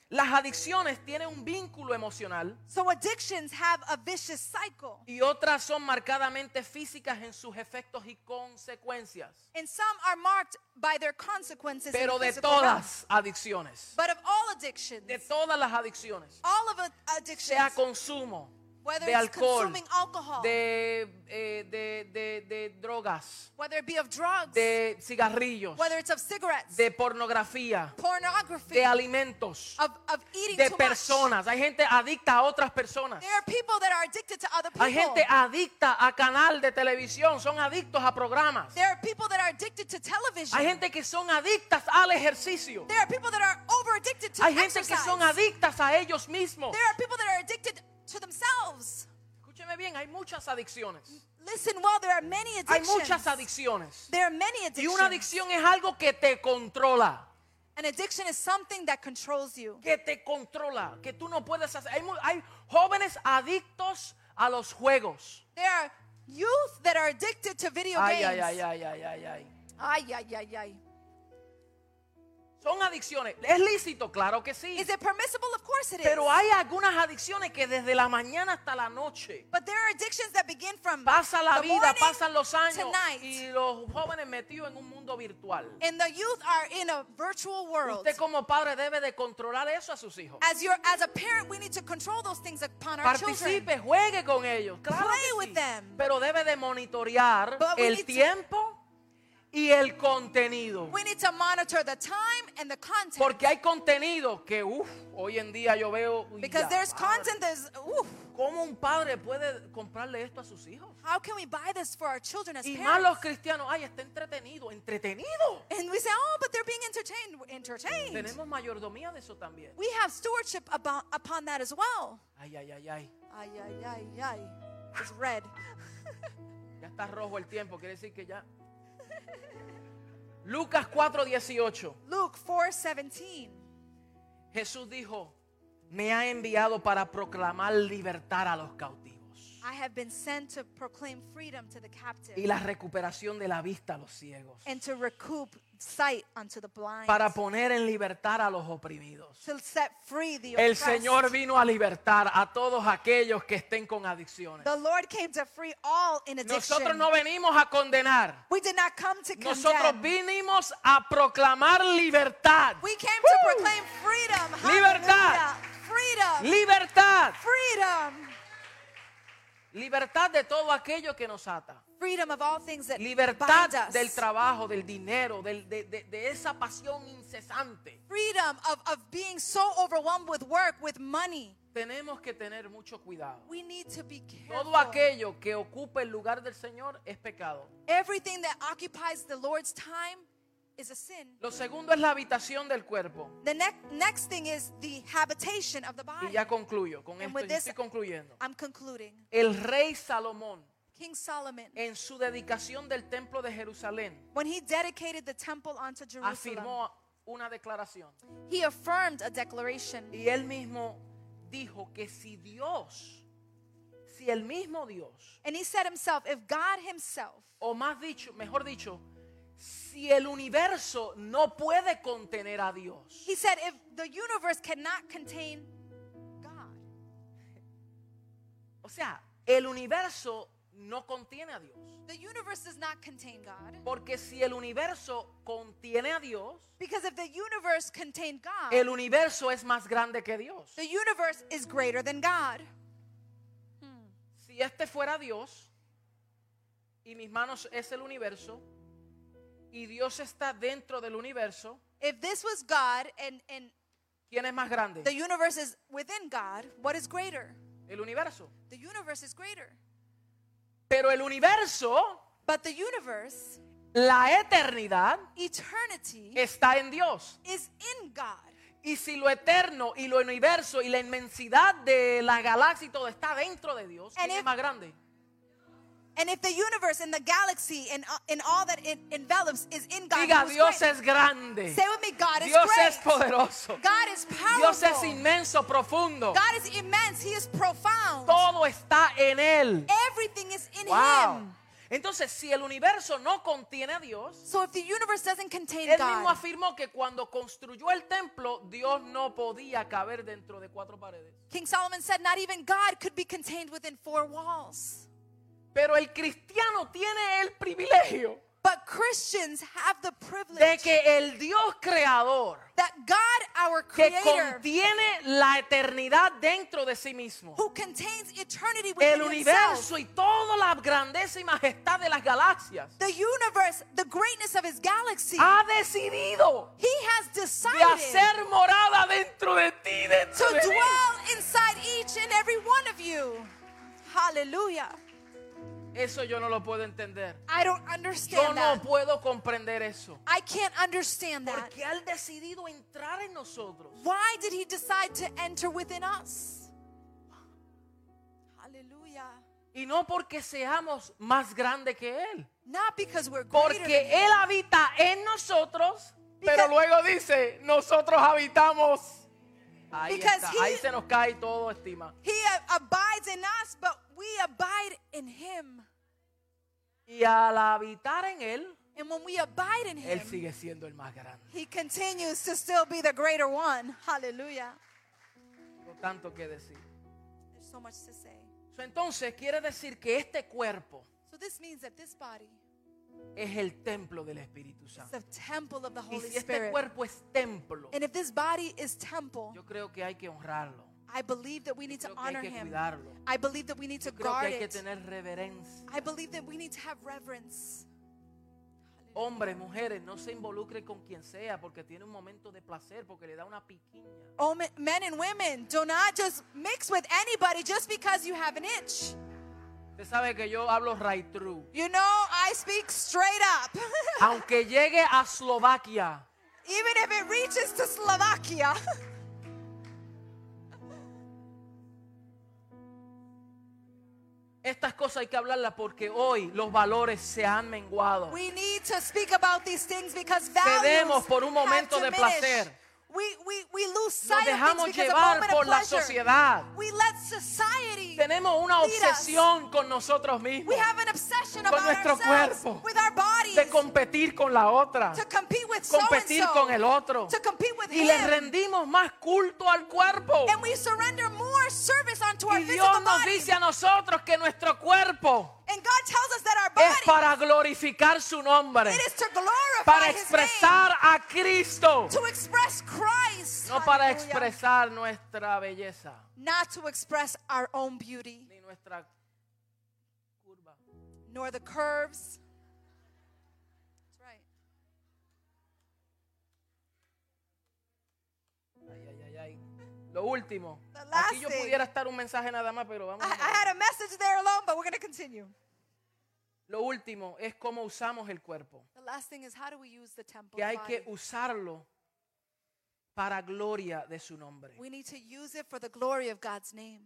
Speaker 1: las adicciones tienen un vínculo emocional
Speaker 2: So addictions have a vicious cycle.
Speaker 1: y otras son marcadamente físicas en sus efectos y consecuencias.
Speaker 2: And some are marked by their consequences. in
Speaker 1: Pero
Speaker 2: the
Speaker 1: de
Speaker 2: physical realm.
Speaker 1: todas adicciones,
Speaker 2: But of all addictions,
Speaker 1: de todas las adicciones,
Speaker 2: all of a- addictions,
Speaker 1: sea consumo
Speaker 2: whether
Speaker 1: de
Speaker 2: it's
Speaker 1: alcohol,
Speaker 2: consuming alcohol,
Speaker 1: de, eh, de- de- de drogas,
Speaker 2: whether it be of drugs,
Speaker 1: de cigarrillos,
Speaker 2: whether it's of cigarettes,
Speaker 1: de pornografía,
Speaker 2: pornography,
Speaker 1: de alimentos,
Speaker 2: of, of eating
Speaker 1: de
Speaker 2: too much.
Speaker 1: personas. Hay gente adicta a otras personas.
Speaker 2: There are people that are addicted to other people.
Speaker 1: Hay gente adicta a canal de televisión, son adictos a programas.
Speaker 2: There are people that are addicted to television.
Speaker 1: Hay gente que son adictas al ejercicio.
Speaker 2: There are people that are over addicted to
Speaker 1: Hay gente
Speaker 2: exercise.
Speaker 1: que son adictas a ellos mismos.
Speaker 2: There are people that are addicted to themselves.
Speaker 1: Escúcheme bien, hay muchas adicciones.
Speaker 2: Listen well, there are many
Speaker 1: Hay
Speaker 2: addictions.
Speaker 1: muchas adicciones.
Speaker 2: There are many
Speaker 1: Y
Speaker 2: addictions.
Speaker 1: una adicción es algo que te controla.
Speaker 2: An addiction is something that controls you.
Speaker 1: Que te controla. Que tú no puedes hacer. Hay, mu- hay jóvenes adictos a los juegos.
Speaker 2: There are youth that are addicted to video
Speaker 1: Ay,
Speaker 2: games.
Speaker 1: ay, ay, ay, ay, ay, ay.
Speaker 2: Ay, ay, ay, ay.
Speaker 1: Son adicciones. ¿Es lícito? Claro que sí.
Speaker 2: Is it permissible? Of course it is.
Speaker 1: Pero hay algunas adicciones que desde la mañana hasta la noche
Speaker 2: but there are addictions that begin from
Speaker 1: pasa la
Speaker 2: the
Speaker 1: vida,
Speaker 2: morning
Speaker 1: pasan los años
Speaker 2: to night.
Speaker 1: y los jóvenes metidos en un mundo virtual.
Speaker 2: and the youth are in a virtual world.
Speaker 1: Usted como padre debe de controlar eso a sus hijos.
Speaker 2: As your as a parent, we need to control those things upon our children.
Speaker 1: Participe, juegue con ellos. Claro
Speaker 2: Play
Speaker 1: que sí,
Speaker 2: with them.
Speaker 1: Pero debe de monitorear
Speaker 2: But we need
Speaker 1: el
Speaker 2: to-
Speaker 1: tiempo y el contenido.
Speaker 2: We need to monitor the time and the content.
Speaker 1: Porque hay contenido que, uff, hoy en día yo veo. uy,
Speaker 2: because
Speaker 1: ya,
Speaker 2: there's
Speaker 1: madre,
Speaker 2: content that's ooh,
Speaker 1: ¿Cómo un padre puede comprarle esto a sus hijos?
Speaker 2: how can we buy this for our children as
Speaker 1: Y más
Speaker 2: parents?
Speaker 1: los cristianos, ay, está entretenido, entretenido.
Speaker 2: And we say, oh, but they're being entertained. We're entertained.
Speaker 1: Tenemos mayordomía de eso también.
Speaker 2: We have stewardship about, upon that as well.
Speaker 1: Ay, ay, ay, ay.
Speaker 2: Ay, ay, ay, ay. It's red.
Speaker 1: Ya está rojo el tiempo, quiere decir que ya. Lucas 4:18.
Speaker 2: Luke 4:17.
Speaker 1: Jesús dijo, me ha enviado para proclamar libertad a los cautivos
Speaker 2: I have been sent to proclaim freedom to the captive
Speaker 1: y la recuperación de la vista a los ciegos,
Speaker 2: and to recoup sight unto the blind.
Speaker 1: para poner en libertad a los oprimidos.
Speaker 2: to set free the
Speaker 1: El
Speaker 2: oppressed.
Speaker 1: Señor vino a libertar a todos aquellos que estén con adicciones.
Speaker 2: The Lord came to free all in addiction.
Speaker 1: Nosotros no venimos a condenar.
Speaker 2: we did not come to
Speaker 1: Nosotros
Speaker 2: condemn.
Speaker 1: vinimos a proclamar libertad.
Speaker 2: we came to
Speaker 1: Woo!
Speaker 2: proclaim freedom.
Speaker 1: Libertad.
Speaker 2: Hallelujah. Freedom.
Speaker 1: Libertad.
Speaker 2: freedom.
Speaker 1: Libertad de todo aquello que nos ata.
Speaker 2: Freedom of all things that bind
Speaker 1: Libertad
Speaker 2: us.
Speaker 1: del trabajo, del dinero, del- de, de- de esa pasión incesante.
Speaker 2: freedom of, of being so overwhelmed with work, with money.
Speaker 1: Tenemos que tener mucho cuidado.
Speaker 2: We need to be careful.
Speaker 1: Todo aquello que ocupe el lugar del Señor es pecado.
Speaker 2: Everything that occupies the Lord's time is a sin.
Speaker 1: Lo segundo es la habitación del cuerpo.
Speaker 2: The next next thing is the habitation of the body.
Speaker 1: Y ya concluyo con
Speaker 2: And
Speaker 1: esto.
Speaker 2: with
Speaker 1: ya
Speaker 2: this-
Speaker 1: estoy concluyendo.
Speaker 2: I'm concluding.
Speaker 1: El rey Salomón,
Speaker 2: King Solomon,
Speaker 1: en su dedicación del templo de Jerusalén,
Speaker 2: when he dedicated the temple unto Jerusalem,
Speaker 1: afirmó una declaración.
Speaker 2: he affirmed a declaration.
Speaker 1: Y él mismo dijo que si Dios, si el mismo Dios,
Speaker 2: And he said himself, if God himself,
Speaker 1: o más dicho, mejor dicho, si el universo no puede contener a Dios,
Speaker 2: he said, if the universe cannot contain God,
Speaker 1: o sea, el universo no contiene a Dios,
Speaker 2: the universe does not contain God.
Speaker 1: porque si el universo contiene a Dios,
Speaker 2: Because if the universe contained God,
Speaker 1: el universo es más grande que Dios.
Speaker 2: the universe is greater than God.
Speaker 1: Si este fuera Dios y mis manos es el universo y Dios está dentro del universo,
Speaker 2: If this was God and, and
Speaker 1: ¿quién es más grande?
Speaker 2: the universe is within God, what is greater?
Speaker 1: El universo.
Speaker 2: The universe is greater.
Speaker 1: Pero el universo,
Speaker 2: But the universe,
Speaker 1: la eternidad,
Speaker 2: eternity,
Speaker 1: está en Dios.
Speaker 2: is in God.
Speaker 1: Y si lo eterno y lo universo y la inmensidad de la galaxia y todo está dentro de Dios, ¿quién
Speaker 2: And
Speaker 1: es
Speaker 2: if-
Speaker 1: más grande?
Speaker 2: And if the universe and the galaxy and, uh, and all that it envelops is in God,
Speaker 1: Diga,
Speaker 2: who is
Speaker 1: Dios
Speaker 2: great.
Speaker 1: es grande.
Speaker 2: Say with me, God is
Speaker 1: Dios
Speaker 2: great.
Speaker 1: es poderoso.
Speaker 2: God is powerful.
Speaker 1: Dios es inmenso, profundo.
Speaker 2: God is immense. He is profound.
Speaker 1: Todo está en Él.
Speaker 2: Everything is in
Speaker 1: Wow.
Speaker 2: Him.
Speaker 1: Entonces, si el universo no contiene a Dios,
Speaker 2: So if the universe doesn't contain
Speaker 1: él mismo
Speaker 2: God,
Speaker 1: afirmó que cuando construyó el templo, Dios no podía caber dentro de cuatro paredes.
Speaker 2: King Solomon said not even God could be contained within four walls.
Speaker 1: Pero el cristiano tiene el privilegio
Speaker 2: But Christians have the privilege
Speaker 1: de que el Dios creador,
Speaker 2: that God, our
Speaker 1: que
Speaker 2: Creator,
Speaker 1: contiene la eternidad dentro de sí mismo,
Speaker 2: who contains eternity within
Speaker 1: el
Speaker 2: Himself,
Speaker 1: universo y toda la grandeza y majestad de las galaxias,
Speaker 2: the universe, the greatness of His galaxy,
Speaker 1: ha decidido
Speaker 2: He has
Speaker 1: Ah. de
Speaker 2: decided
Speaker 1: hacer morada dentro de ti,
Speaker 2: to
Speaker 1: dentro de mí.
Speaker 2: dwell inside each and every one of you. Hallelujah.
Speaker 1: Eso yo no lo puedo entender.
Speaker 2: I don't
Speaker 1: Yo
Speaker 2: understand
Speaker 1: no
Speaker 2: that.
Speaker 1: puedo comprender eso.
Speaker 2: I can't understand that.
Speaker 1: Porque ha decidido entrar en nosotros.
Speaker 2: Why did he decide to enter within us? Hallelujah.
Speaker 1: Y no porque seamos más grande que Él.
Speaker 2: Not because we're greater than
Speaker 1: Porque
Speaker 2: Him,
Speaker 1: Él habita en nosotros, pero
Speaker 2: Because-
Speaker 1: luego dice, nosotros habitamos. Ahí,
Speaker 2: Because
Speaker 1: está,
Speaker 2: he-
Speaker 1: ahí se nos cae todo estima.
Speaker 2: He a- abides in us, but we abide in Him.
Speaker 1: Y al habitar en Él,
Speaker 2: And when we abide in Him,
Speaker 1: Él sigue siendo el más grande.
Speaker 2: He continues to still be the greater one. Hallelujah.
Speaker 1: Por tanto que decir.
Speaker 2: There's so much to say.
Speaker 1: So, Entonces quiere decir que este cuerpo
Speaker 2: So this means that this body
Speaker 1: es el templo del Espíritu
Speaker 2: is
Speaker 1: Santo.
Speaker 2: the temple of the
Speaker 1: Y
Speaker 2: Holy
Speaker 1: si este
Speaker 2: Spirit.
Speaker 1: cuerpo es templo,
Speaker 2: And if this body is temple,
Speaker 1: yo creo que hay que honrarlo.
Speaker 2: I believe that we need to
Speaker 1: Creo que hay
Speaker 2: honor
Speaker 1: que
Speaker 2: Him.
Speaker 1: cuidarlo.
Speaker 2: I believe that we need to
Speaker 1: Creo que
Speaker 2: guard
Speaker 1: hay que
Speaker 2: it.
Speaker 1: tener reverencia.
Speaker 2: I believe that we need to have reverence.
Speaker 1: Hombres, mujeres, no se involucren con quien sea porque tiene un momento de placer, porque le da una piquiña.
Speaker 2: Oh, men men and women, do not just mix with anybody just because you have an itch.
Speaker 1: Usted sabe que yo hablo right through.
Speaker 2: You know, I speak straight up. Even
Speaker 1: Aunque llegue a Eslovaquia,
Speaker 2: if it reaches to Slovakia,
Speaker 1: estas cosas hay que hablarlas porque hoy los valores se han menguado.
Speaker 2: we need to speak about these things because values
Speaker 1: Cedemos por un
Speaker 2: have
Speaker 1: momento de
Speaker 2: diminished.
Speaker 1: placer.
Speaker 2: We, we, we lose
Speaker 1: Nos
Speaker 2: sight of
Speaker 1: dejamos
Speaker 2: things because of
Speaker 1: llevar
Speaker 2: moment
Speaker 1: por
Speaker 2: of
Speaker 1: la
Speaker 2: pleasure.
Speaker 1: sociedad.
Speaker 2: We let society,
Speaker 1: Tenemos una
Speaker 2: lead us.
Speaker 1: obsesión con nosotros
Speaker 2: we
Speaker 1: mismos,
Speaker 2: have an obsession
Speaker 1: Con
Speaker 2: about
Speaker 1: nuestro
Speaker 2: ourselves,
Speaker 1: cuerpo.
Speaker 2: with our bodies,
Speaker 1: de competir con la otra,
Speaker 2: to compete with
Speaker 1: competir
Speaker 2: so-and-so,
Speaker 1: con el otro.
Speaker 2: to compete with
Speaker 1: Y
Speaker 2: him.
Speaker 1: le rendimos más culto al cuerpo.
Speaker 2: And we surrender more service onto our
Speaker 1: Y
Speaker 2: physical
Speaker 1: Dios nos
Speaker 2: body.
Speaker 1: dice a nosotros que nuestro cuerpo
Speaker 2: and God tells us that our
Speaker 1: es
Speaker 2: body
Speaker 1: para glorificar su nombre,
Speaker 2: it is to glorify
Speaker 1: para
Speaker 2: His name,
Speaker 1: expresar a Cristo,
Speaker 2: to express Christ,
Speaker 1: no para
Speaker 2: Hallelujah.
Speaker 1: expresar nuestra belleza
Speaker 2: not to express our own beauty,
Speaker 1: ni nuestra curva.
Speaker 2: nor the curves. That's right.
Speaker 1: Ay, ay, ay, ay. Lo último.
Speaker 2: The last
Speaker 1: Aquí yo
Speaker 2: thing.
Speaker 1: pudiera estar un mensaje nada más, pero vamos.
Speaker 2: I,
Speaker 1: a-
Speaker 2: I had a message there alone, but we're going to continue.
Speaker 1: Lo último es cómo usamos el cuerpo,
Speaker 2: The last thing is how do we use the temple?
Speaker 1: que hay
Speaker 2: body?
Speaker 1: que usarlo para gloria de su nombre.
Speaker 2: we need to use it for the glory of God's name.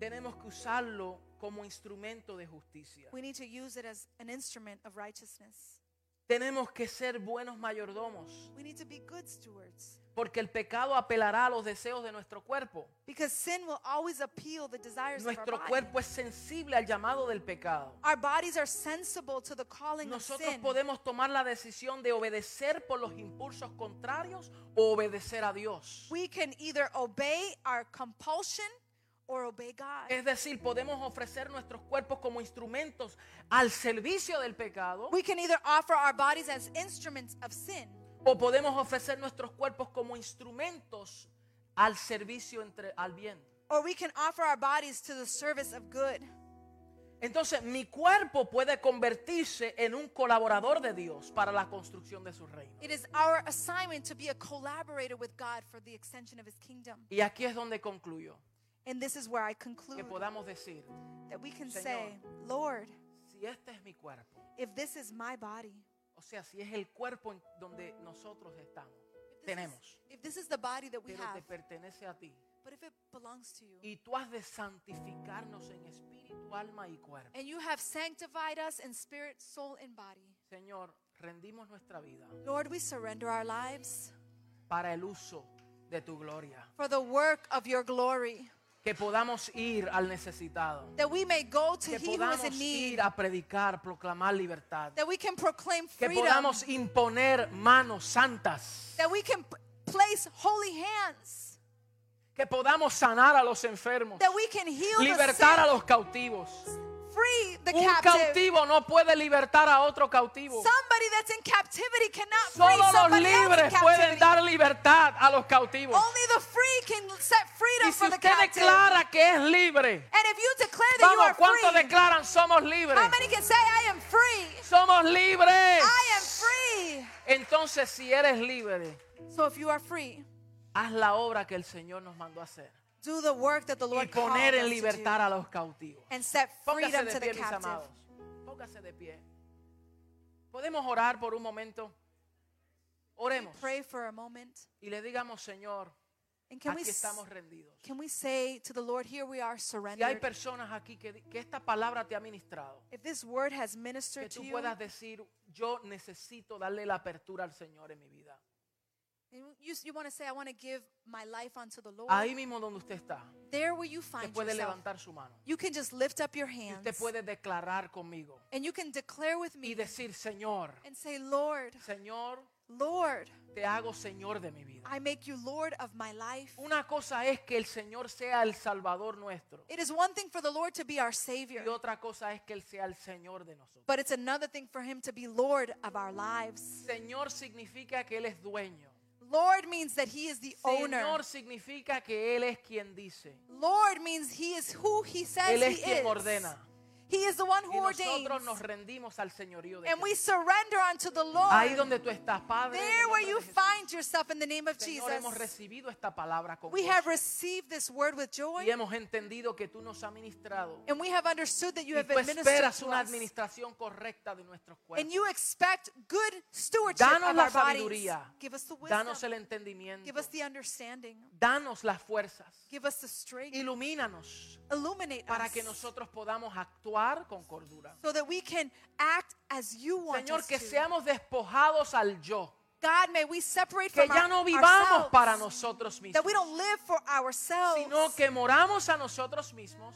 Speaker 1: Tenemos que usarlo como instrumento de justicia.
Speaker 2: We need to use it as an instrument of righteousness.
Speaker 1: Tenemos que ser buenos mayordomos,
Speaker 2: We need to be good stewards
Speaker 1: porque el pecado apelará a los deseos de nuestro cuerpo.
Speaker 2: because sin will always appeal the desires of our
Speaker 1: Nuestro
Speaker 2: body.
Speaker 1: cuerpo es sensible al llamado del pecado.
Speaker 2: Our bodies are sensible to the calling of
Speaker 1: Nosotros
Speaker 2: sin.
Speaker 1: podemos tomar la decisión de obedecer por los impulsos contrarios o obedecer a Dios.
Speaker 2: We can either obey our compulsion or obey God.
Speaker 1: Es decir, podemos ofrecer nuestros cuerpos como instrumentos al servicio del pecado
Speaker 2: We can either offer our bodies as instruments of sin,
Speaker 1: o podemos ofrecer nuestros cuerpos como instrumentos al servicio entre al bien.
Speaker 2: or we can offer our bodies to the service of good.
Speaker 1: Entonces, mi cuerpo puede convertirse en un colaborador de Dios para la construcción de su reino.
Speaker 2: It is our assignment to be a collaborator with God for the extension of his kingdom.
Speaker 1: Y aquí es donde concluyo,
Speaker 2: And this is where I conclude
Speaker 1: que podamos decir,
Speaker 2: that we can
Speaker 1: Señor.
Speaker 2: say, Lord,
Speaker 1: si este es mi cuerpo,
Speaker 2: if this is my body,
Speaker 1: o sea, si es el cuerpo en donde nosotros estamos,
Speaker 2: if this, is,
Speaker 1: tenemos,
Speaker 2: if this is the body that we
Speaker 1: pero te
Speaker 2: have,
Speaker 1: pertenece a ti.
Speaker 2: but if it belongs to you,
Speaker 1: Y tú has de santificarnos en espíritu, alma y cuerpo.
Speaker 2: and you have sanctified us in spirit, soul, and body.
Speaker 1: Señor, rendimos nuestra vida
Speaker 2: Lord, we surrender our lives
Speaker 1: para el uso de tu gloria.
Speaker 2: for the work of your glory,
Speaker 1: Que podamos ir al necesitado.
Speaker 2: that we may go to
Speaker 1: Que
Speaker 2: he who is
Speaker 1: podamos
Speaker 2: in need,
Speaker 1: ir a predicar, proclamar libertad.
Speaker 2: that we can proclaim
Speaker 1: Que
Speaker 2: freedom,
Speaker 1: podamos imponer manos santas.
Speaker 2: that we can p- place holy hands,
Speaker 1: Que podamos sanar a los enfermos.
Speaker 2: that we can heal the
Speaker 1: Libertar a
Speaker 2: sick,
Speaker 1: los cautivos.
Speaker 2: free the
Speaker 1: Un
Speaker 2: captive.
Speaker 1: cautivo no puede libertar a otro cautivo.
Speaker 2: Somebody that's in captivity cannot free
Speaker 1: Solo los
Speaker 2: somebody else
Speaker 1: libres
Speaker 2: in
Speaker 1: pueden
Speaker 2: captivity.
Speaker 1: dar libertad a los cautivos.
Speaker 2: Only the free can set freedom
Speaker 1: Y si
Speaker 2: for the
Speaker 1: usted
Speaker 2: captive.
Speaker 1: declara que es libre,
Speaker 2: and if you declare that you
Speaker 1: vamos,
Speaker 2: are
Speaker 1: ¿cuántos
Speaker 2: free,
Speaker 1: declaran somos libres?
Speaker 2: how many can say, I am free?
Speaker 1: Somos libres.
Speaker 2: I am free.
Speaker 1: Entonces, si eres libre,
Speaker 2: So if you are free,
Speaker 1: haz la obra que el Señor nos mandó a hacer
Speaker 2: do the work that the
Speaker 1: y
Speaker 2: Lord called
Speaker 1: poner en
Speaker 2: us to do
Speaker 1: libertad a los cautivos.
Speaker 2: and set
Speaker 1: Póngase
Speaker 2: freedom
Speaker 1: de
Speaker 2: to the
Speaker 1: pie, mis
Speaker 2: captive.
Speaker 1: amados. Póngase de pie. Podemos orar por un momento. Oremos
Speaker 2: Pray for a moment
Speaker 1: y le digamos, Señor,
Speaker 2: And can we,
Speaker 1: Aquí
Speaker 2: s-
Speaker 1: estamos rendidos.
Speaker 2: can we say to the Lord, here we are
Speaker 1: Si hay
Speaker 2: surrendered.
Speaker 1: personas aquí que, que esta palabra te ha ministrado,
Speaker 2: If this word has
Speaker 1: que
Speaker 2: ministered to
Speaker 1: tú
Speaker 2: you,
Speaker 1: puedas decir, yo necesito darle la apertura al Señor en mi vida.
Speaker 2: and you, you want to say, I want to give my life unto the Lord,
Speaker 1: Ahí mismo donde usted está,
Speaker 2: there where you
Speaker 1: usted
Speaker 2: Oh. find
Speaker 1: puede
Speaker 2: yourself,
Speaker 1: levantar su mano.
Speaker 2: you can just lift up your
Speaker 1: Y
Speaker 2: hands
Speaker 1: usted puede declarar conmigo
Speaker 2: and you can declare with
Speaker 1: y
Speaker 2: me
Speaker 1: decir, Señor,
Speaker 2: and say, Lord,
Speaker 1: Señor,
Speaker 2: Lord,
Speaker 1: te hago Señor de mi vida.
Speaker 2: I make you Lord of my life.
Speaker 1: Una cosa es que el Señor sea el Salvador nuestro
Speaker 2: It is one thing for the Lord to be our Savior,
Speaker 1: y otra cosa es que Él sea el Señor de nosotros.
Speaker 2: but it's another thing for Him to be Lord of our lives.
Speaker 1: Señor significa que Él es dueño.
Speaker 2: Lord means that He is the owner.
Speaker 1: Señor significa que Él es quien dice.
Speaker 2: Lord means He is who He says
Speaker 1: Él es
Speaker 2: He
Speaker 1: quien
Speaker 2: is.
Speaker 1: ordena.
Speaker 2: He is the one
Speaker 1: Y
Speaker 2: who ordains.
Speaker 1: nosotros nos rendimos al señorío de
Speaker 2: And we
Speaker 1: Cristo.
Speaker 2: surrender unto the
Speaker 1: Ahí
Speaker 2: Lord.
Speaker 1: donde tú estás, Padre. en el
Speaker 2: There where
Speaker 1: nombre
Speaker 2: you
Speaker 1: de Jesús.
Speaker 2: find yourself in the name of
Speaker 1: Señor, hemos
Speaker 2: Jesus.
Speaker 1: recibido esta palabra con
Speaker 2: We
Speaker 1: gozo
Speaker 2: have received this word with
Speaker 1: y
Speaker 2: joy,
Speaker 1: hemos entendido que tú nos has ministrado.
Speaker 2: and we have understood that you
Speaker 1: Y
Speaker 2: have
Speaker 1: tú
Speaker 2: been ministered
Speaker 1: esperas
Speaker 2: to
Speaker 1: una
Speaker 2: us.
Speaker 1: administración correcta de nuestros
Speaker 2: And
Speaker 1: cuerpos.
Speaker 2: you expect good stewardship
Speaker 1: Danos
Speaker 2: of
Speaker 1: la
Speaker 2: our bodies.
Speaker 1: sabiduría.
Speaker 2: Give us the
Speaker 1: Danos
Speaker 2: wisdom.
Speaker 1: el entendimiento.
Speaker 2: Give us the understanding.
Speaker 1: Danos las fuerzas.
Speaker 2: Give us the strength.
Speaker 1: Ilumínanos
Speaker 2: Illuminate
Speaker 1: para
Speaker 2: us
Speaker 1: que nosotros podamos actuar con cordura.
Speaker 2: so that we can act as you want
Speaker 1: Señor,
Speaker 2: us
Speaker 1: que
Speaker 2: to.
Speaker 1: seamos despojados al yo.
Speaker 2: God, may we separate
Speaker 1: Que
Speaker 2: from
Speaker 1: ya
Speaker 2: our-
Speaker 1: no vivamos
Speaker 2: ourselves,
Speaker 1: para nosotros mismos.
Speaker 2: that we don't live for ourselves,
Speaker 1: sino que moramos a nosotros mismos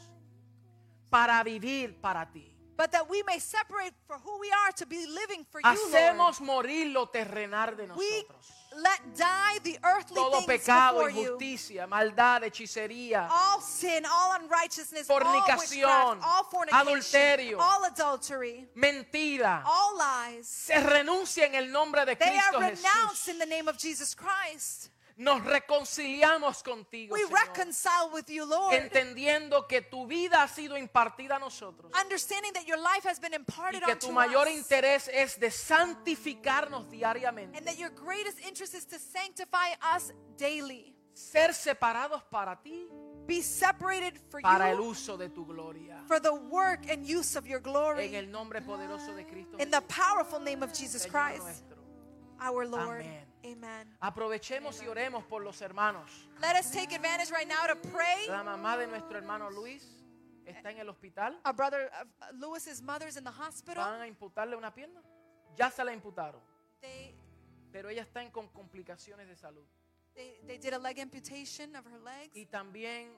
Speaker 1: para vivir para ti.
Speaker 2: but that we may separate for who we are to be living for you, Lord.
Speaker 1: Hacemos morir lo terrenal de
Speaker 2: We
Speaker 1: nosotros.
Speaker 2: let die the earthly
Speaker 1: Todo
Speaker 2: things
Speaker 1: pecado,
Speaker 2: before you.
Speaker 1: injusticia, maldad, hechicería,
Speaker 2: all sin, all unrighteousness, all
Speaker 1: Fornicación,
Speaker 2: witchcraft, all fornication,
Speaker 1: adulterio.
Speaker 2: all adultery,
Speaker 1: mentira.
Speaker 2: all lies.
Speaker 1: Se renuncia en el nombre de
Speaker 2: They
Speaker 1: Cristo
Speaker 2: are renounced in
Speaker 1: Jesús.
Speaker 2: the name of Jesus Christ.
Speaker 1: Nos reconciliamos contigo,
Speaker 2: We
Speaker 1: Señor,
Speaker 2: reconcile with you, Lord,
Speaker 1: entendiendo que tu vida ha sido impartida a nosotros
Speaker 2: understanding that your life has been
Speaker 1: y
Speaker 2: imparted
Speaker 1: que
Speaker 2: unto
Speaker 1: tu mayor
Speaker 2: us,
Speaker 1: interés es de santificarnos diariamente.
Speaker 2: and that your greatest interest is to sanctify us daily.
Speaker 1: ser separados para ti,
Speaker 2: Be separated for
Speaker 1: para el
Speaker 2: you,
Speaker 1: uso de tu gloria.
Speaker 2: for the work and use of your
Speaker 1: En
Speaker 2: glory,
Speaker 1: el nombre poderoso de Cristo.
Speaker 2: in the
Speaker 1: Jesús,
Speaker 2: powerful name of Jesus
Speaker 1: Señor
Speaker 2: Christ,
Speaker 1: nuestro.
Speaker 2: our Lord.
Speaker 1: Amén.
Speaker 2: Amen.
Speaker 1: Aprovechemos y oremos por los hermanos.
Speaker 2: Let us take advantage right now to pray.
Speaker 1: La mamá de nuestro hermano Luis está en el hospital.
Speaker 2: Our brother uh, Lewis's mother's in the hospital.
Speaker 1: Van a imputarle una pierna. Ya se la imputaron,
Speaker 2: They,
Speaker 1: pero ella está en- con complicaciones de salud
Speaker 2: they they did a leg amputation of her legs.
Speaker 1: y también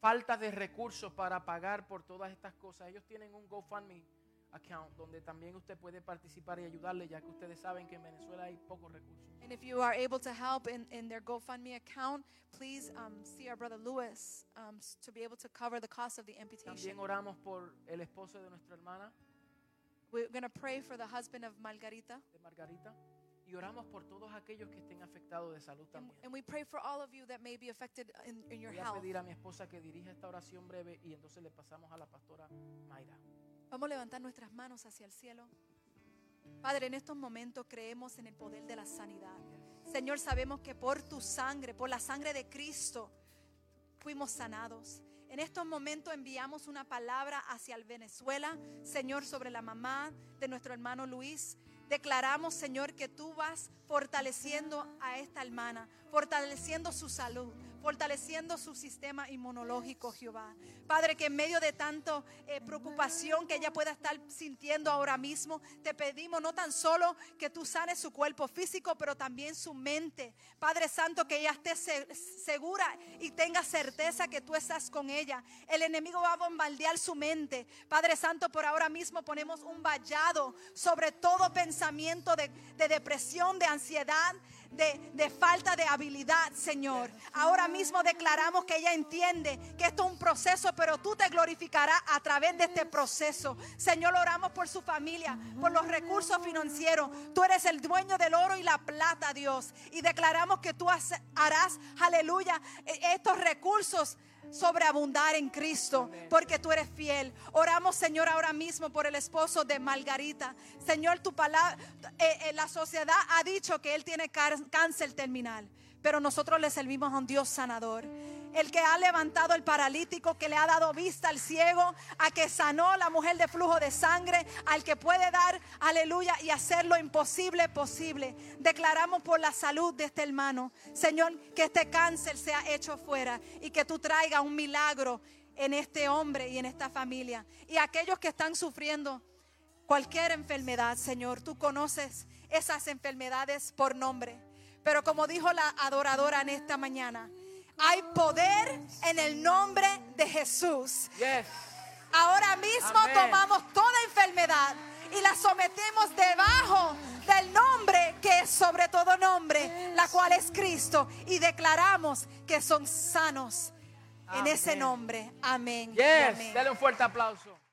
Speaker 1: falta de recursos para pagar por todas estas cosas. Ellos tienen un GoFundMe account donde también usted puede participar y ayudarle, ya que ustedes saben que en Venezuela hay pocos recursos.
Speaker 2: And if you are able to help in, in their GoFundMe account, please um, see our brother Lewis um, s- to be able to cover the cost of the amputation.
Speaker 1: También oramos por el esposo de nuestra hermana,
Speaker 2: We're going to pray for the husband of Margarita.
Speaker 1: de Margarita, y oramos por todos aquellos que estén afectados de salud
Speaker 2: And,
Speaker 1: también.
Speaker 2: and we pray for all of you that may be affected in, in your
Speaker 1: Voy a
Speaker 2: health.
Speaker 1: pedir a mi esposa que dirija esta oración breve y entonces le pasamos a la pastora Mayra.
Speaker 2: Vamos a levantar nuestras manos hacia el cielo. Padre, en estos momentos creemos en el poder de la sanidad. Señor, sabemos que por tu sangre, por la sangre de Cristo, fuimos sanados. En estos momentos enviamos una palabra hacia el Venezuela, Señor, sobre la mamá de nuestro hermano Luis. Declaramos, Señor, que tú vas fortaleciendo a esta hermana, fortaleciendo su salud, fortaleciendo su sistema inmunológico, Jehová. Padre, que en medio de tanta preocupación que ella pueda estar sintiendo ahora mismo, te pedimos no tan solo que tú sanes su cuerpo físico, pero también su mente. Padre Santo, que ella esté se- segura y tenga certeza que tú estás con ella. El enemigo va a bombardear su mente. Padre Santo, por ahora mismo ponemos un vallado sobre todo pensamiento de, de depresión, de ansiedad, de, de falta de habilidad, Señor. Ahora mismo declaramos que ella entiende que esto es un proceso, pero tú te glorificarás a través de este proceso. Señor, oramos por su familia, por los recursos financieros. Tú eres el dueño del oro y la plata, Dios. Y declaramos que tú has- harás, aleluya, e- estos recursos sobreabundar en Cristo, porque tú eres fiel. Oramos, Señor, ahora mismo por el esposo de Margarita. Señor, tu palabra, eh, eh, la sociedad ha dicho que él tiene car- cáncer terminal. pero nosotros le servimos a un Dios sanador. El que ha levantado el paralítico, que le ha dado vista al ciego, a que sanó la mujer de flujo de sangre, al que puede dar, aleluya, y hacer lo imposible posible. Declaramos por la salud de este hermano, Señor, que este cáncer sea hecho fuera y que tú traigas un milagro en este hombre y en esta familia. Y aquellos que están sufriendo cualquier enfermedad, Señor, tú conoces esas enfermedades por nombre. Pero como dijo la adoradora en esta mañana, hay poder en el nombre de Jesús.
Speaker 1: Yes.
Speaker 2: Ahora mismo
Speaker 1: Amén.
Speaker 2: tomamos toda enfermedad y la sometemos debajo del nombre que es sobre todo nombre, la cual es Cristo, y declaramos que son sanos en ese
Speaker 1: Amén.
Speaker 2: nombre. Amén. y
Speaker 1: Yes.
Speaker 2: amén.
Speaker 1: Dale un fuerte aplauso.